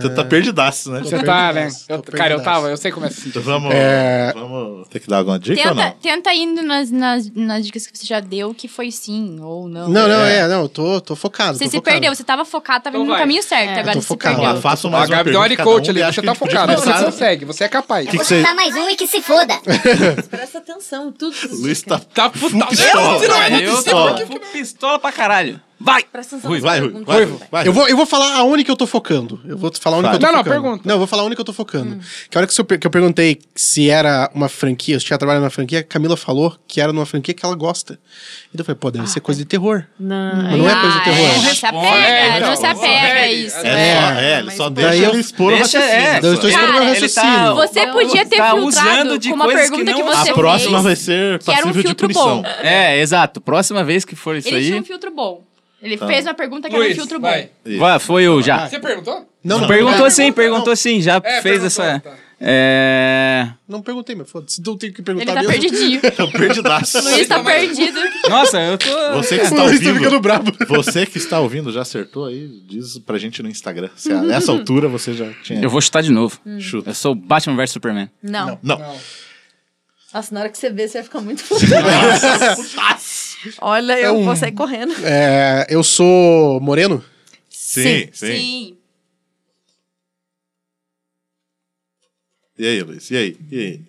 você tá perdidaço, né? Você tá, né? Tô Eu- cara, eu perdidaço. tava, eu sei como é assim. Então vamos, É. vamos ter que dar alguma dica ou Tenta, não? tenta indo nas, nas, nas dicas que você já deu, que foi sim ou não. Não, não, é, não, eu tô, tô focado. Você tô se focado. perdeu, você tava focado, tava Então indo no vai. caminho certo. Agora tô você se focado. perdeu. Vamos lá, faça A mais uma Gabi deu uma pergunta. de cada coach um, ali, e acho você que tá a gente podia focado, você começar- consegue, você é capaz. O que, que você. mais um e que se foda. Presta atenção, tudo isso. Luiz tá. Tá puta. pistola. Você não é Meu muito Deus. simples. Tô com pistola pra caralho. Vai! Presta atenção. Rui, nas vai, Rui. perguntas. Vai, Ruivo. vai. Eu vou, eu vou falar aonde que eu tô focando. Eu vou falar aonde Vai. que eu tô Não, não, focando. pergunta. Não, eu vou falar aonde que eu tô focando. Que a hora que eu, per- que eu perguntei se era uma franquia, se tinha trabalhado na franquia, a Camila falou que era numa franquia que ela gosta. Então eu falei, pô, deve ser coisa de terror. Não. Mas não é coisa de terror. Ah, Não se apega, É, não se então, apega a é, isso. É, só, É, é, ele só mas deixa daí eu- ele expor o Deixa, é. raciocínio. Então, Eu estou Cara, esperando meu ele tá- raciocínio. Você podia ter Tá usando filtrado de com uma coisas que pergunta que, não- você A próxima fez. vai ser que era um passível de filtro punição. bom. É, exato. Próxima vez que for isso Ele tinha um aí. filtro bom. Ele Tá. fez uma pergunta que era um Luiz, filtro vai. bom. Isso. Vai, foi eu já. Você perguntou? Não, não, Perguntou não, sim, perguntou sim. Já fez É, perguntou, essa. tá. É. Não, não perguntei, mas foda-se, não tenho que Ele perguntar tá mesmo. perdidinho. Eu perdidaço. Luiz tá perdido. Nossa, eu tô. Você que está O Luiz tá ficando ouvindo. brabo. Você que está ouvindo, já acertou aí? Diz pra gente no Instagram. Se a nessa altura você já tinha. Eu vou chutar de novo. Hum. Chuta. Eu sou Batman vs Superman. Não. Não. Nossa, na hora que você vê, você vai ficar muito puto. Olha, eu vou sair correndo. É, eu sou moreno? Sim, sim, Sim. E aí, Luiz? E aí? E aí?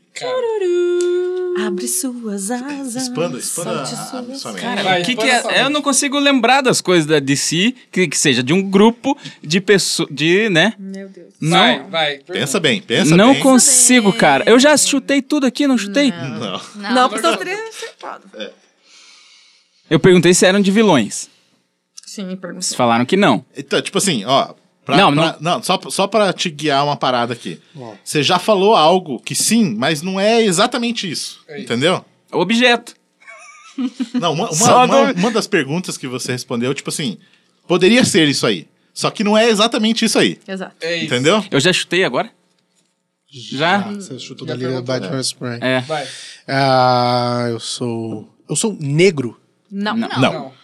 Abre suas asas. Expanda, expanda solte a, a suas- sua mente. Vai, O que que põe é- essa eu não consigo lembrar das coisas da DC, que, que seja de um grupo de pessoas, de, né? Meu Deus. Não, Vai, vai. Pensa bem, Ah, pensa não bem. consigo, cara. Eu já chutei tudo aqui, não chutei? Não. Não, Não, porque eu teria acertado. Eu perguntei se eram de vilões. Sim, pergunta. Vocês falaram que não. Então, tipo assim, ó. pra- Não, pra- não, só, só pra te guiar uma parada aqui. Você já falou algo que sim, mas não é exatamente isso. É isso. Entendeu? Objeto. Não, uma, uma, Só uma, do- uma das perguntas que você respondeu, tipo assim, poderia ser isso aí. Só que não é exatamente isso aí. Exato. É isso. Entendeu? Eu já chutei agora? Já? Você chutou Já dali perguntou. Batman vs Superman. É. Vai. Ah, eu sou. Eu sou negro. Não. Não. Não. Não.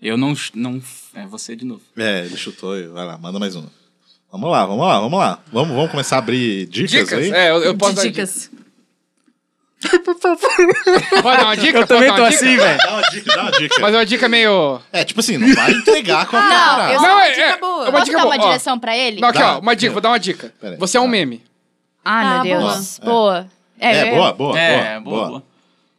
Eu não. ch- não é você de novo. É, ele chutou. Vai lá, manda mais uma. Vamos lá, vamos lá, vamos lá. Vamos, vamos começar a abrir dicas, Dicas? aí? É, eu, eu posso De dar dicas. dica. Pode dar uma dica? Eu Posso também dar tô uma dica? assim, velho. Dá uma dica, dá uma dica. Mas é uma dica meio... É, tipo assim, não vai entregar com a parada. eu- Não, uma é, dica é, boa. é uma Posso dica dar boa. uma ó. direção pra ele? Não, aqui, Dá. ó, uma dica, vou dar uma dica. Pera aí. Você é um Tá. meme. Ah, Ah, meu boa. Deus. Boa. É, eu- boa, boa, É, boa, boa, boa, boa.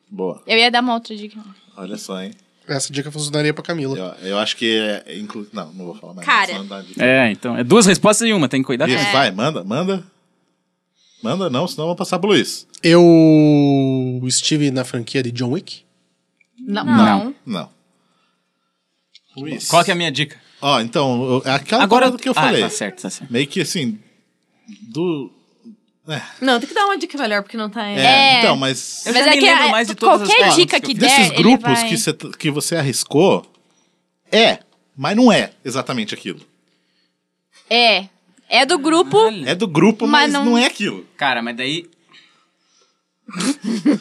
boa. Eu ia dar uma outra dica. Olha só, hein. Essa dica funcionaria pra Camila. Eu, eu acho que é, inclu... Não, não vou falar mais. Cara. só dá dica. É, então. É duas respostas em uma, tem que cuidar. Isso, vai, manda, manda. Manda não, senão eu vou passar pro Luiz. Eu estive na franquia de John Wick. Não. Não. Não. Luiz. Qual que é a minha dica? Ó, então, eu- é aquela Agora parada que eu falei. Ah, tá certo, tá certo. Meio que assim, do... Não, tem que dar uma dica melhor, porque não tá. É, É. então, mas... Eu Mas já é nem que lembro é- mais de todas as qualquer palavras dica que que eu der, Desses ele grupos vai... que, cê, que você arriscou, é, mas não é exatamente aquilo. É. É do grupo... É do grupo, mas, Mas não... não- é aquilo. Cara, mas daí.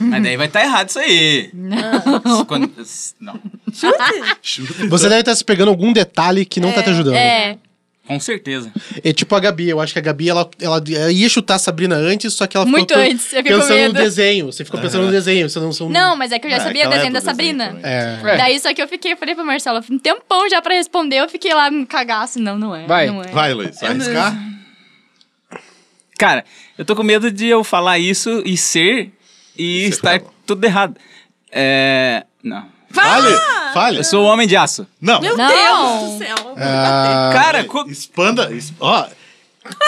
mas daí vai estar errado isso aí. Não. não. Você deve estar se pegando algum detalhe que não tá te ajudando. É. Com certeza. É tipo a Gabi. Eu acho que a Gabi, ela, ela ia chutar a Sabrina antes, só que ela ficou Muito pe- antes, eu fiquei com pensando no medo. desenho. Você ficou pensando no desenho, você não... São... Não, mas é que eu já É, sabia o aquela desenho é da do desenho Sabrina. também. É... É. Daí só que eu fiquei, falei pra Marcela, um tempão já pra responder, eu fiquei lá, me cagaço. Não, não é. Vai. não é. Vai, Luiz, vai arriscar? Cara, eu tô com medo de eu falar isso e ser e Você estar falou. tudo errado. É. Não. Fale, fale. Eu sou o homem de aço. Não, Meu Não. Deus do céu. Ah, Cara, é co... expanda, es- ó,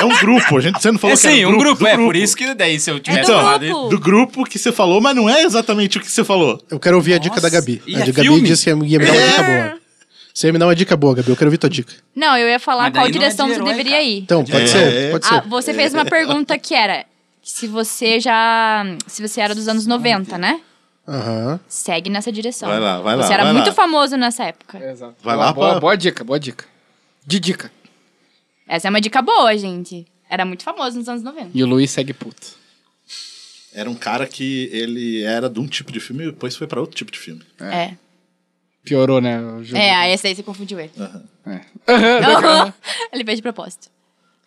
é um grupo, a gente, você não falou é que sim, era um grupo, do Então, é por isso que é daí se eu tivesse É do falado. grupo. Do grupo que você falou, mas não é exatamente o que você falou. eu quero ouvir a dica da Nossa, Gabi. e a é de- Gabi filme? disse que ia me dar uma dica É. boa. Você ia me dar uma dica boa, Gabi. Eu quero ouvir tua dica. Não, eu ia falar Mas qual daí não é direção de você herói, deveria cara. ir. Então, pode É. ser, pode ser. Ah, você fez uma pergunta que era se você já. Se você era dos anos 90, né? Aham. Segue nessa direção. Vai lá, vai lá, Você era vai muito lá. famoso nessa época. Exato. Vai Boa- lá É. boa, pra- boa dica, boa dica. De dica. Essa é uma dica boa, gente. Era muito famoso nos anos 90. E o Luiz segue puto. Era um cara que ele era de um tipo de filme e depois foi pra outro tipo de filme. É. Piorou, né? o jogo. É, aí esse daí você confundiu ele. ele fez de propósito.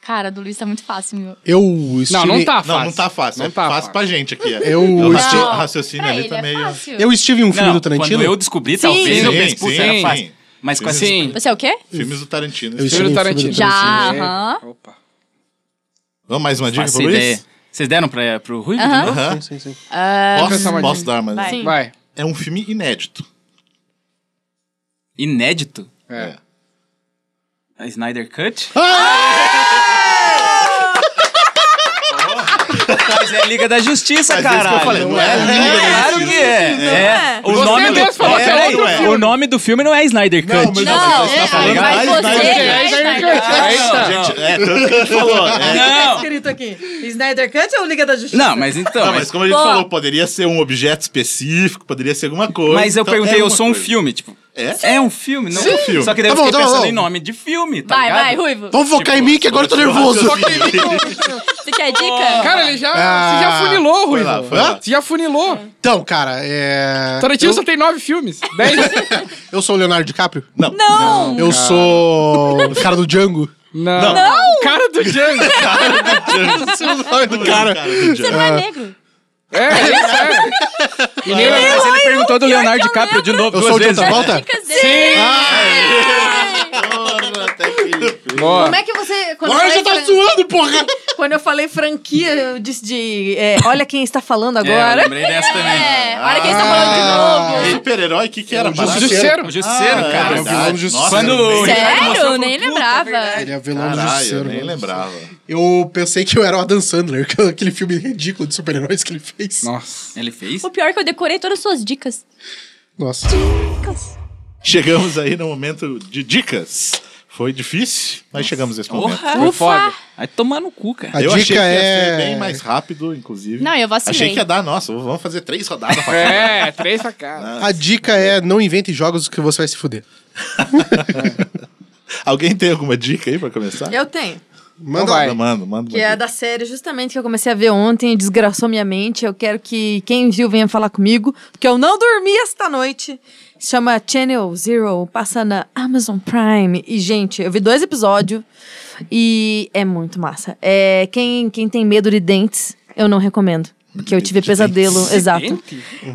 Cara, do Luiz tá muito fácil, meu. Eu Não, estive, não tá fácil. Não, não tá fácil. Não é tá fácil, fácil. pra gente aqui. é. Eu- O raci- Não, raciocínio pra ali ele tá meio. é fácil. Eu estive em um filme Não, do Tarantino. Quando eu descobri, talvez eu pensei, putz, era sim. fácil. Mas com essa... Sim. Você é o quê? é Filmes do Tarantino. Eu Filme Sim, do Tarantino. Já, aham. Opa. Vamos mais uma dica Faço pro ideia. Luiz? Vocês deram pra, pro Rui? Aham. Aham. Sim, sim, sim. pensar Posso, uma posso dica. dar, mas. Ah, Vai. Sim. Vai. É um filme inédito. Inédito? É. É. A Snyder Cut? Mas é Liga da Justiça, Mas é isso que eu caralho. falei, não é Liga da Claro que é. é. O, Você nome do... mesmo falou que Peraí, outro o nome do filme não é Snyder Cut. mas Não, você está é, falando mas mais você Snyder Cut. é Snyder Snyder Cut. Cut. Aí tá. Gente, é, tanto que a gente falou. é. Tá Não. escrito aqui. Snyder Cut ou Liga da Justiça? Não, mas então... Não, mas- mas como a gente Pô. falou, poderia ser um objeto específico, poderia ser alguma coisa. Mas eu então perguntei, é eu uma sou um coisa. filme, tipo. É? um filme, não Sim. filme. Só que daí Tá eu fiquei bom, tá bom, pensando bom. em nome de filme, tá Vai, ligado? vai, Ruivo. Vamos focar Tipo, em mim, que agora eu tô nervoso. é assim. Você quer dica? Cara, ele já. Ah. Você já funilou, Rui. Foi lá, foi lá. Você já Hum. funilou. Então, cara, é... Tarantino só tem nove filmes. Dez. Eu sou o Leonardo DiCaprio? Não. Não! Eu sou o cara do Django. Não. não. Cara do Django. é Não, cara. do Você Django. não é negro. É, é. E nem Mas ele perguntou do Leonardo DiCaprio de novo Eu duas sou o John vezes. Travolta? Dicas dele. Boa. Como é que você. Quando eu Agora falei, já tá fran- suando, porra! quando eu falei franquia, eu disse de. é, olha quem está falando É, eu agora. lembrei dessa também. É, olha quem está Ah. falando de Ah. novo. Super-herói, o que que É um era? Parada? Justiceiro. O Justiceiro, Ah, cara. é vilão do Justiça. Nossa, Quando eu o nem- Ricardo mostrou, Sério? eu falei, Nem lembrava. Ele é vilão do Caralho, eu Justiceiro. nem mano. lembrava. Eu pensei que eu era o Adam Sandler, que- é aquele filme ridículo de super-heróis que ele fez. Nossa. Ah. Ele fez? O pior é que eu decorei todas as suas dicas. Nossa. Chegamos aí no momento de dicas. Foi difícil, mas chegamos nesse momento. Porra. Foi foda. Vai tomar no cu, cara. A eu dica achei que ia é- ser bem mais rápido, inclusive. Não, eu vacilei. Achei que ia dar, nossa, vamos fazer três rodadas pra cá. É, três facadas. A dica é não invente jogos que você vai se fuder. Alguém tem alguma dica aí pra começar? Eu tenho. Manda Então vai. Manda, manda, manda. Que é da série justamente que eu comecei a ver ontem e desgraçou minha mente. Eu quero que quem viu venha falar comigo, porque eu não dormi esta noite. Se chama Channel Zero, passa na Amazon Prime. E, gente, eu vi dois episódios e é muito massa. É, quem, quem tem medo de dentes, eu não recomendo. Porque eu tive pesadelo, exato.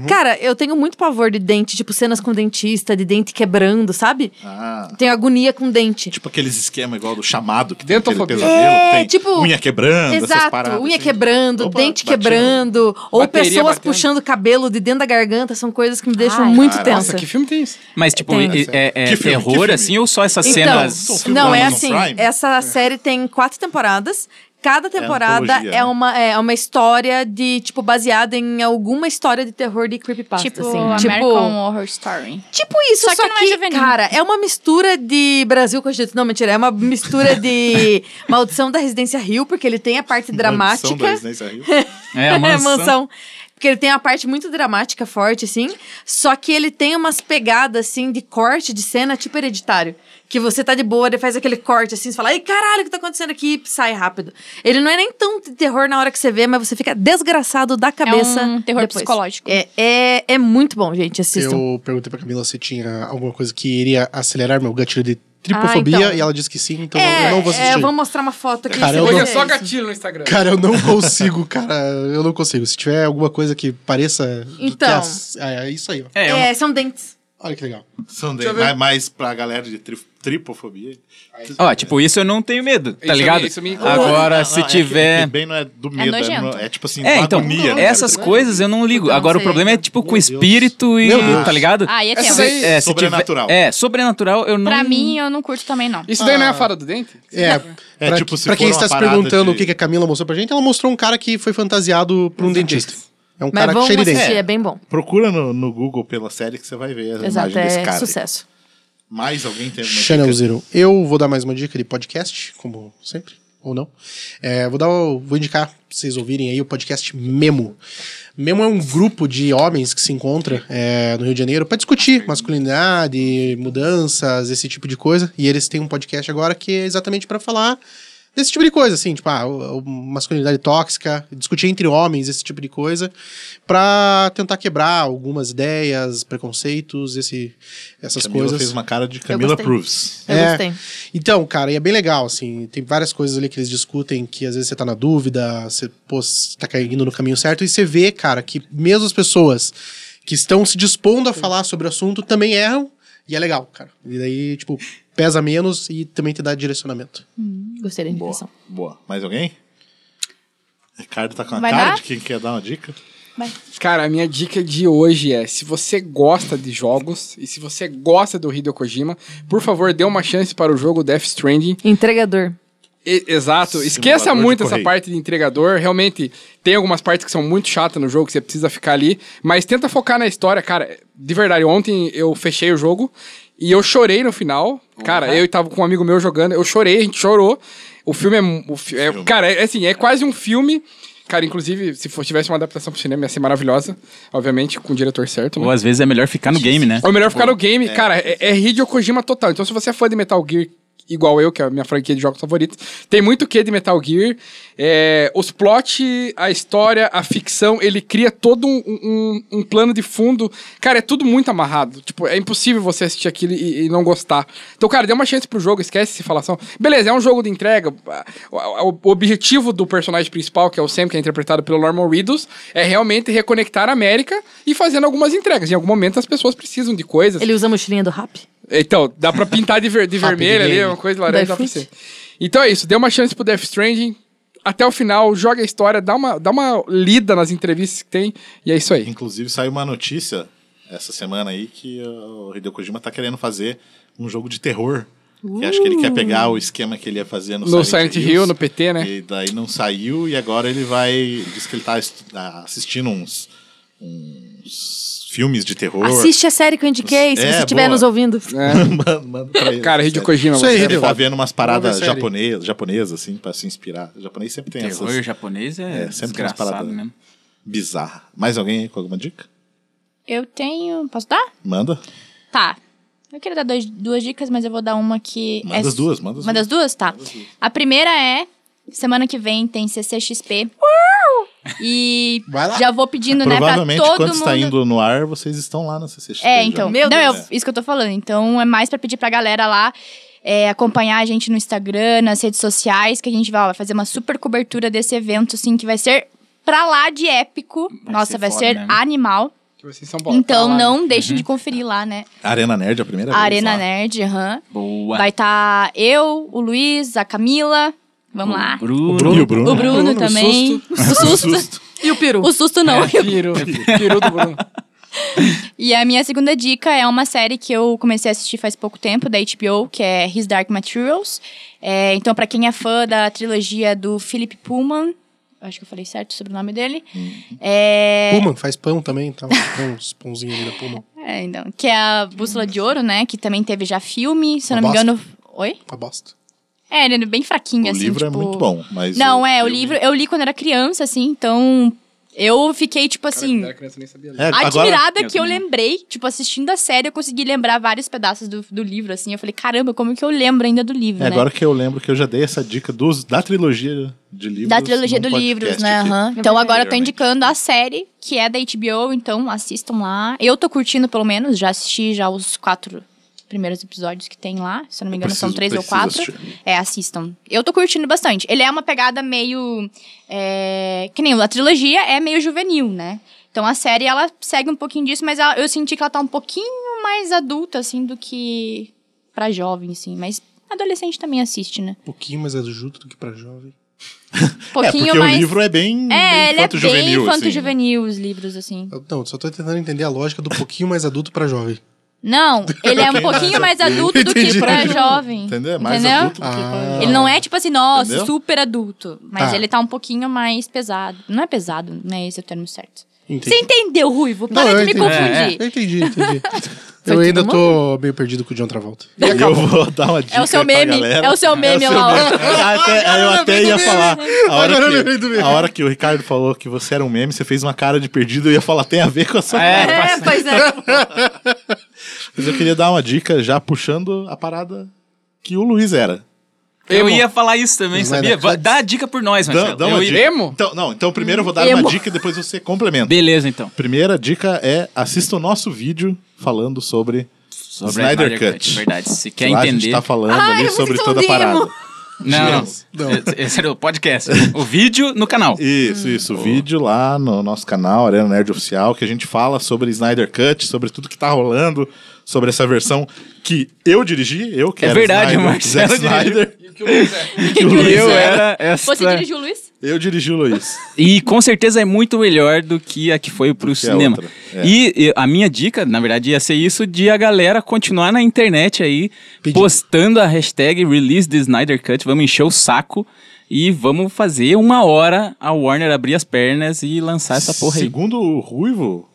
Cara, eu tenho muito pavor de dente, tipo cenas com dentista, de dente quebrando, sabe? Ah, Tenho agonia com dente. tipo aqueles esquemas igual do chamado que tem aquele Dentofobia. pesadelo. É, tem tipo- Unha quebrando, essas Exato, paradas. unha assim. quebrando, Opa, bati dente no- quebrando, ou Bateria pessoas batendo. puxando cabelo de dentro da garganta, são coisas que me deixam Ai, muito caraca, tensa. Nossa, que filme tem isso? Mas, tipo, Tem. é, é- é Que filme, que terror, filme? assim, ou só essas Então, cenas... São filmes não, da é Amazon assim, Prime? essa série tem quatro temporadas. Cada temporada é, antologia, né? uma, é uma história de, tipo, baseada em alguma história de terror de creepypasta, Tipo, assim. American tipo, Horror Story. tipo isso, só, Só que não é que, juvenil. cara, é uma mistura de Brasil com Egito. Não, mentira, é uma mistura de Maldição da Residência Rio, porque ele tem a parte dramática. Maldição da Residência Rio. É, a É, mansão. mansão. Porque ele tem uma parte muito dramática, forte, assim. Só que ele tem umas pegadas, assim, de corte de cena, tipo hereditário. Que você tá de boa, ele faz aquele corte, assim, você fala, ai, caralho, o que tá acontecendo aqui? E sai rápido. Ele não é nem tão de terror na hora que você vê, mas você fica desgraçado da cabeça. um terror depois. psicológico. É, é, é muito bom, gente, assistam. Eu perguntei pra Camila se tinha alguma coisa que iria acelerar meu gatilho de tripofobia Ah, então. e ela disse que sim, então é, eu não vou é, assistir. eu vou mostrar uma foto aqui. Cara, você eu vai Hoje não- é ver só isso. gatilho no Instagram. Cara, eu não consigo, cara. Eu não consigo. Se tiver alguma coisa que pareça. que Então. as- é, é isso aí, ó. É, eu- É, são dentes. Olha que legal. São daí, mas, mas pra galera de tri- tripofobia. Ó, tipo, isso eu não tenho medo, tá Isso me- ligado? isso me- Agora, Não, não, se é que- tiver... é que bem não é do medo, é, nojento. no- é tipo assim, É, uma então, agonia. né? essas coisas eu não ligo. Então, Agora, o sei, problema é, então. tipo, com espírito e... Meu Deus. Tá ligado? Ah, e é Essa tempo. daí- É, se tiver- Sobrenatural. É, sobrenatural eu não... Pra mim, eu não curto também, não. Isso daí não é a fada do dente? É, É, pra, tipo, se pra quem for está uma se parada perguntando de- o que que a Camila mostrou pra gente, ela mostrou um cara que foi fantasiado por um dentista. É um Mas cara vamos cheio de assistir, dente. é bem bom. Procura no, no Google pela série que você vai ver a Exato, imagem desse é cara. aí. sucesso. Mais alguém tem alguma Channel dica? Zero. Eu vou dar mais uma dica de podcast, como sempre, ou não. É, vou dar, o- vou indicar pra vocês ouvirem aí o podcast Memo. Memo é um grupo de homens que se encontra é, no Rio de Janeiro para discutir masculinidade, mudanças, esse tipo de coisa. E eles têm um podcast agora que é exatamente para falar Esse tipo de coisa, assim, tipo, ah, o- o- masculinidade tóxica, discutir entre homens, esse tipo de coisa, pra tentar quebrar algumas ideias, preconceitos, esse, essas Camila coisas. fez um uma cara de Camila gostei. Proves. Eu É. gostei. Então, cara, e é bem legal, assim, tem várias coisas ali que eles discutem que às vezes você tá na dúvida, você, pô, você tá caindo no caminho certo, e você vê, cara, que mesmo as pessoas que estão se dispondo a falar sobre o assunto também erram, e é legal, cara. E daí, tipo, pesa menos e também te dá direcionamento. Gostei da impressão. Boa. Mais alguém? Ricardo tá com a Vai cara dar? de quem quer dar uma dica. Cara, a minha dica de hoje é: se você gosta de jogos e se você gosta do Hideo Kojima, por favor, dê uma chance para o jogo Death Stranding. Entregador. E- exato, Simulador esqueça de muito essa correio. parte de entregador. Realmente, tem algumas partes que são muito chatas no jogo que você precisa ficar ali, mas tenta focar na história, cara. De verdade, ontem eu fechei o jogo e eu chorei no final. Cara, Uhum. eu tava com um amigo meu jogando, eu chorei, a gente chorou. O filme é. mu- O fi- é- cara, é assim, é quase um filme. Cara, inclusive, se for- tivesse uma adaptação pro cinema, ia ser maravilhosa. Obviamente, com o diretor certo. né? Ou às vezes é melhor ficar no game, né? Ou melhor ficar no game, cara, é, é Hideo Kojima total. Então, se você é fã de Metal Gear igual eu, que é a minha franquia de jogos favoritos, tem muito que de Metal Gear. É, os plot, a história, a ficção, ele cria todo um, um- um plano de fundo. Cara, é tudo muito amarrado. Tipo, é impossível você assistir aquilo e, e não gostar. Então, cara, dê uma chance pro jogo, esquece essa falação. Beleza, é um jogo de entrega. O, o- o objetivo do personagem principal, que é o Sam, que é interpretado pelo Norman Reedus, é realmente reconectar a América e fazendo algumas entregas. Em algum momento as pessoas precisam de coisas. Ele usa a mochilinha do rap? Então, dá pra pintar de, ver- de Rápido vermelho ali, game. uma coisa laranja, dá pra iFood. ser. Então é isso, dê uma chance pro Death Stranding. Até o final, joga a história, dá uma, dá uma lida nas entrevistas que tem, e é isso aí. Inclusive, saiu uma notícia essa semana aí que uh, o Hideo Kojima tá querendo fazer um jogo de terror. Que acho que ele quer pegar o esquema que ele ia fazer no, No Silent Hill, Hills, no PT, né? E daí não saiu, e agora ele vai. Diz que ele tá est- ah, assistindo uns, uns filmes de terror. Assiste a série que eu indiquei, se É, você estiver boa. nos ouvindo. manda, manda pra ele. Cara, Hideo Kojima, é Isso aí, você- Ele Hideo. tá vendo umas paradas Vamos ver série. japonesas, japonesa, assim, pra se inspirar. O japonês sempre tem Terror essas japonês é, É, sempre tem umas desgraçado paradas. mesmo. bizarras. Mais alguém aí com alguma dica? Eu tenho. Posso dar? Manda. Tá. Eu queria dar dois- duas dicas, mas eu vou dar uma que. é Manda as duas, manda as Uma das duas? Tá. A primeira é. Semana que vem tem CCXP. E Vai lá. já vou pedindo, né, pra Provavelmente, todo quando mundo. está indo no ar, vocês estão lá na CCXP. É, já. então. Meu não, é Deus. o- isso que eu tô falando. Então é mais pra pedir pra galera lá é, acompanhar a gente no Instagram, nas redes sociais, que a gente vai, ó, vai fazer uma super cobertura desse evento, assim, que vai ser pra lá de épico. Vai Nossa, ser vai foda ser mesmo. animal. que vocês são bola, então tá lá, não deixem de Uhum. conferir lá, né? Arena Nerd é a primeira A vez. Arena lá. Nerd, aham. Boa. Vai estar eu, o Luiz, a Camila. Vamos lá. Bruno. um E o Bruno. O Bruno Bruno, também. O susto. E o peru? O susto não. né? É, Piru, piru do Bruno. E a minha segunda dica é uma série que eu comecei a assistir faz pouco tempo, da HBO, que é His Dark Materials. É, então, pra quem é fã da trilogia do Philip Pullman, eu acho que eu falei certo sobre o nome dele. Hum. É, Puma, faz pão também, tá? Tem uns pãozinhos ali da Puma, é, então, que é a Bússola de Ouro, né? Que também teve já filme, se eu Uma não me bosta. engano. Oi? uma bosta. É, ele é bem fraquinho, O assim. livro é tipo- muito bom, mas. Não, é, o filme- livro eu li quando era criança, assim, então eu fiquei, tipo assim. Cara, criança nem sabia ler. É, agora, admirada Eu que eu também. lembrei, tipo, assistindo a série, eu consegui lembrar vários pedaços do, do livro, assim. Eu falei, caramba, como que eu lembro ainda do livro, é né? agora que eu lembro que eu já dei essa dica dos, da trilogia de livros. da trilogia num do livros, podcast né? aqui. aham. Então agora eu tô Realmente. indicando a série, que é da HBO, então assistam lá. Eu tô curtindo, pelo menos, já assisti já os quatro primeiros episódios que tem lá. Se eu não me engano, Preciso- são três ou preciso quatro. assistir. É, assistam. Eu tô curtindo bastante. Ele é uma pegada meio. é, que nem a trilogia é meio juvenil, né? Então a série ela segue um pouquinho disso, mas ela- eu senti que ela tá um pouquinho mais adulta, assim, do que pra jovem, assim. Mas adolescente também assiste, né? Um Um pouquinho mais ajuda do que pra jovem. É, Pouquinho porque mais. o livro é bem. assim. É, ele é bem juvenil, infanto-juvenil, os livros, assim. Eu- Não, só tô tentando entender a lógica do pouquinho mais adulto pra jovem. Não, ele é um pouquinho mais adulto do que Entendi. pra jovem. Entendeu? É Mais entendeu? adulto do que Ah. Ele não é tipo assim, nossa, Entendeu? super adulto. Mas Tá. ele tá um pouquinho mais pesado. Não é pesado, né? Esse é o termo certo. Entendi. Você entendeu, Ruivo? Não, Para eu de me entendi. confundir. Eu É, entendi, entendi. Foi eu tudo ainda tô meio perdido com o John Travolta. E eu vou dar uma dica. É o seu aí pra meme, galera. é o seu meme lá, ó. Ah, até- eu até ia falar. A hora, Agora eu lembrei do que, meme. a hora que o Ricardo falou que você era um meme, você fez uma cara de perdido. Eu ia falar, tem a ver com a sua cara. É, pois é. Mas eu queria dar uma dica já puxando a parada que o Luiz era. Eu Emo. ia falar isso também, Não vai sabia? dar. Va- Dá a dica por nós, Dá, Marcelo. dá uma Eu ia- dica. Emo? Então, não, então primeiro eu vou dar Emo. uma dica e depois você complementa. Beleza, então. Primeira dica é assista o nosso vídeo falando sobre, Sobre a Snyder Cut. Verdade, se quer Lá a gente entender... tá falando Ai, ali vocês sobre são toda a demo. parada. Não, Não. não. Esse- Esse era o podcast. o vídeo no canal. Isso, Hum, isso. O vídeo lá no nosso canal, Arena Nerd Oficial, que a gente fala sobre Snyder Cut, sobre tudo que tá rolando, sobre essa versão que eu dirigi, eu que É era verdade, Snyder, o Marcelo Zack Snyder, Que o Luiz Eu é. era essa... Você dirigiu o Luiz? eu dirigi o Luiz. E com certeza é muito melhor do que a que foi pro que a cinema. outra, é. E e a minha dica, na verdade, ia ser isso de a galera continuar na internet aí, Pedindo. postando a hashtag Release the Snyder Cut, vamos encher o saco e vamos fazer uma hora a Warner abrir as pernas e lançar essa porra aí. Segundo o Ruivo,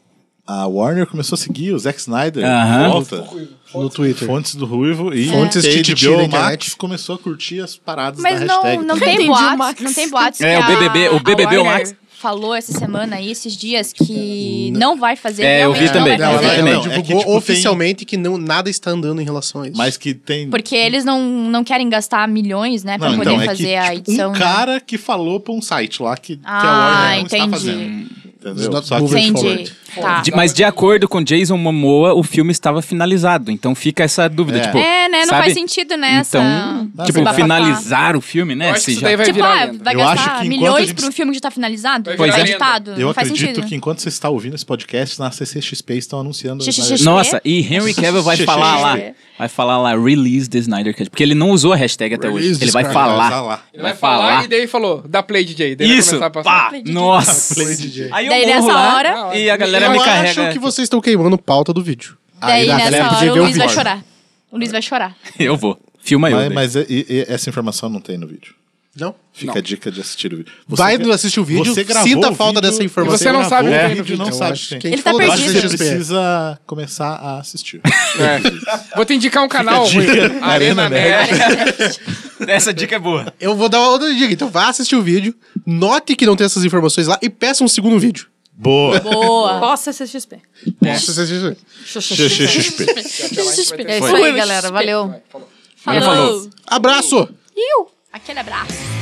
a Warner começou a seguir o Zack Snyder. Aham. de Volta. No Twitter. Fontes do Ruivo É. e Fontes a tititi da HBO Max internet. começou a curtir as paradas Mas da não, hashtag. não Entendi, tem Max. boatos, não tem boatos. É, que o BBB, a, o BBB, a o Warner Max. Falou essa semana aí, esses dias, que não vai fazer. É, eu vi realmente não também. vai Não, fazer. ela, Não, ela não, é que, divulgou tipo, tem- oficialmente que não, nada está andando em relação a isso. Mas que tem. Porque eles não, não querem gastar milhões, né? Pra Não, poder então, é fazer que, a tipo, edição. um né? cara que falou pra um site lá que, que a Ah, Warner não está entendi. fazendo. It's Entendeu? not Só que tipo, moving Entendi. forward. Tá. De- mas de acordo com Jason Momoa, o filme estava finalizado. Então fica essa dúvida, É. tipo, É, né? Não sabe? faz sentido, né? essa- Então, Tá tipo, certo. finalizar o filme, né? Eu acho que Se isso já- daí vai Tipo, virar ah, lenda. vai Eu acho gastar que enquanto a milhões gente- é. pra um filme que já tá finalizado? Vai Não virar faz lenda. ditado. Eu Não faz acredito sentido. né? que enquanto você está ouvindo esse podcast, na CCXP estão anunciando. Xixi, várias- xixi. Nossa, e Henry Cavill vai falar lá. Vai falar lá, release the Snyder Cut. Porque ele não usou a hashtag até hoje. Release Ele vai the Tá falar. lá. Ele vai falar e daí falou, dá play DJ. Daí vai Isso! começar a passar. Pá! Nossa! Play DJ. Aí eu Daí, morro nessa lá hora- e a galera é eu me acho carrega. que vocês estão queimando pauta do vídeo. Daí, Aí, nessa galera, hora, podia ver né, o o Luiz vai vídeo. chorar. O Luiz vai chorar. Eu vou. Filma eu. Mas, daí. mas e- e- essa informação não tem no vídeo. Não? Fica a dica de assistir o vídeo. Você Vai gra- assistir o vídeo, você gravou sinta o a falta vídeo dessa e informação. Você não gravou sabe o o que tem no vídeo, vídeo. não Eu sabe. então acho o que tem. que a gente Ele tá falou Eu da acho que perdido. você CCXP. precisa começar a assistir. Vou te indicar um canal, Fica a dica. Rui. Arena Arena Nerd. Nerd. Essa dica é boa. Eu vou dar outra dica. Então vá assistir o vídeo, note que não tem essas informações lá e peça um segundo vídeo. Boa. Boa. Possa ser XP. É. Nossa, CCXP. CCXP. É isso aí, galera. Valeu. Falou. Abraço! Iu. Aquele abraço.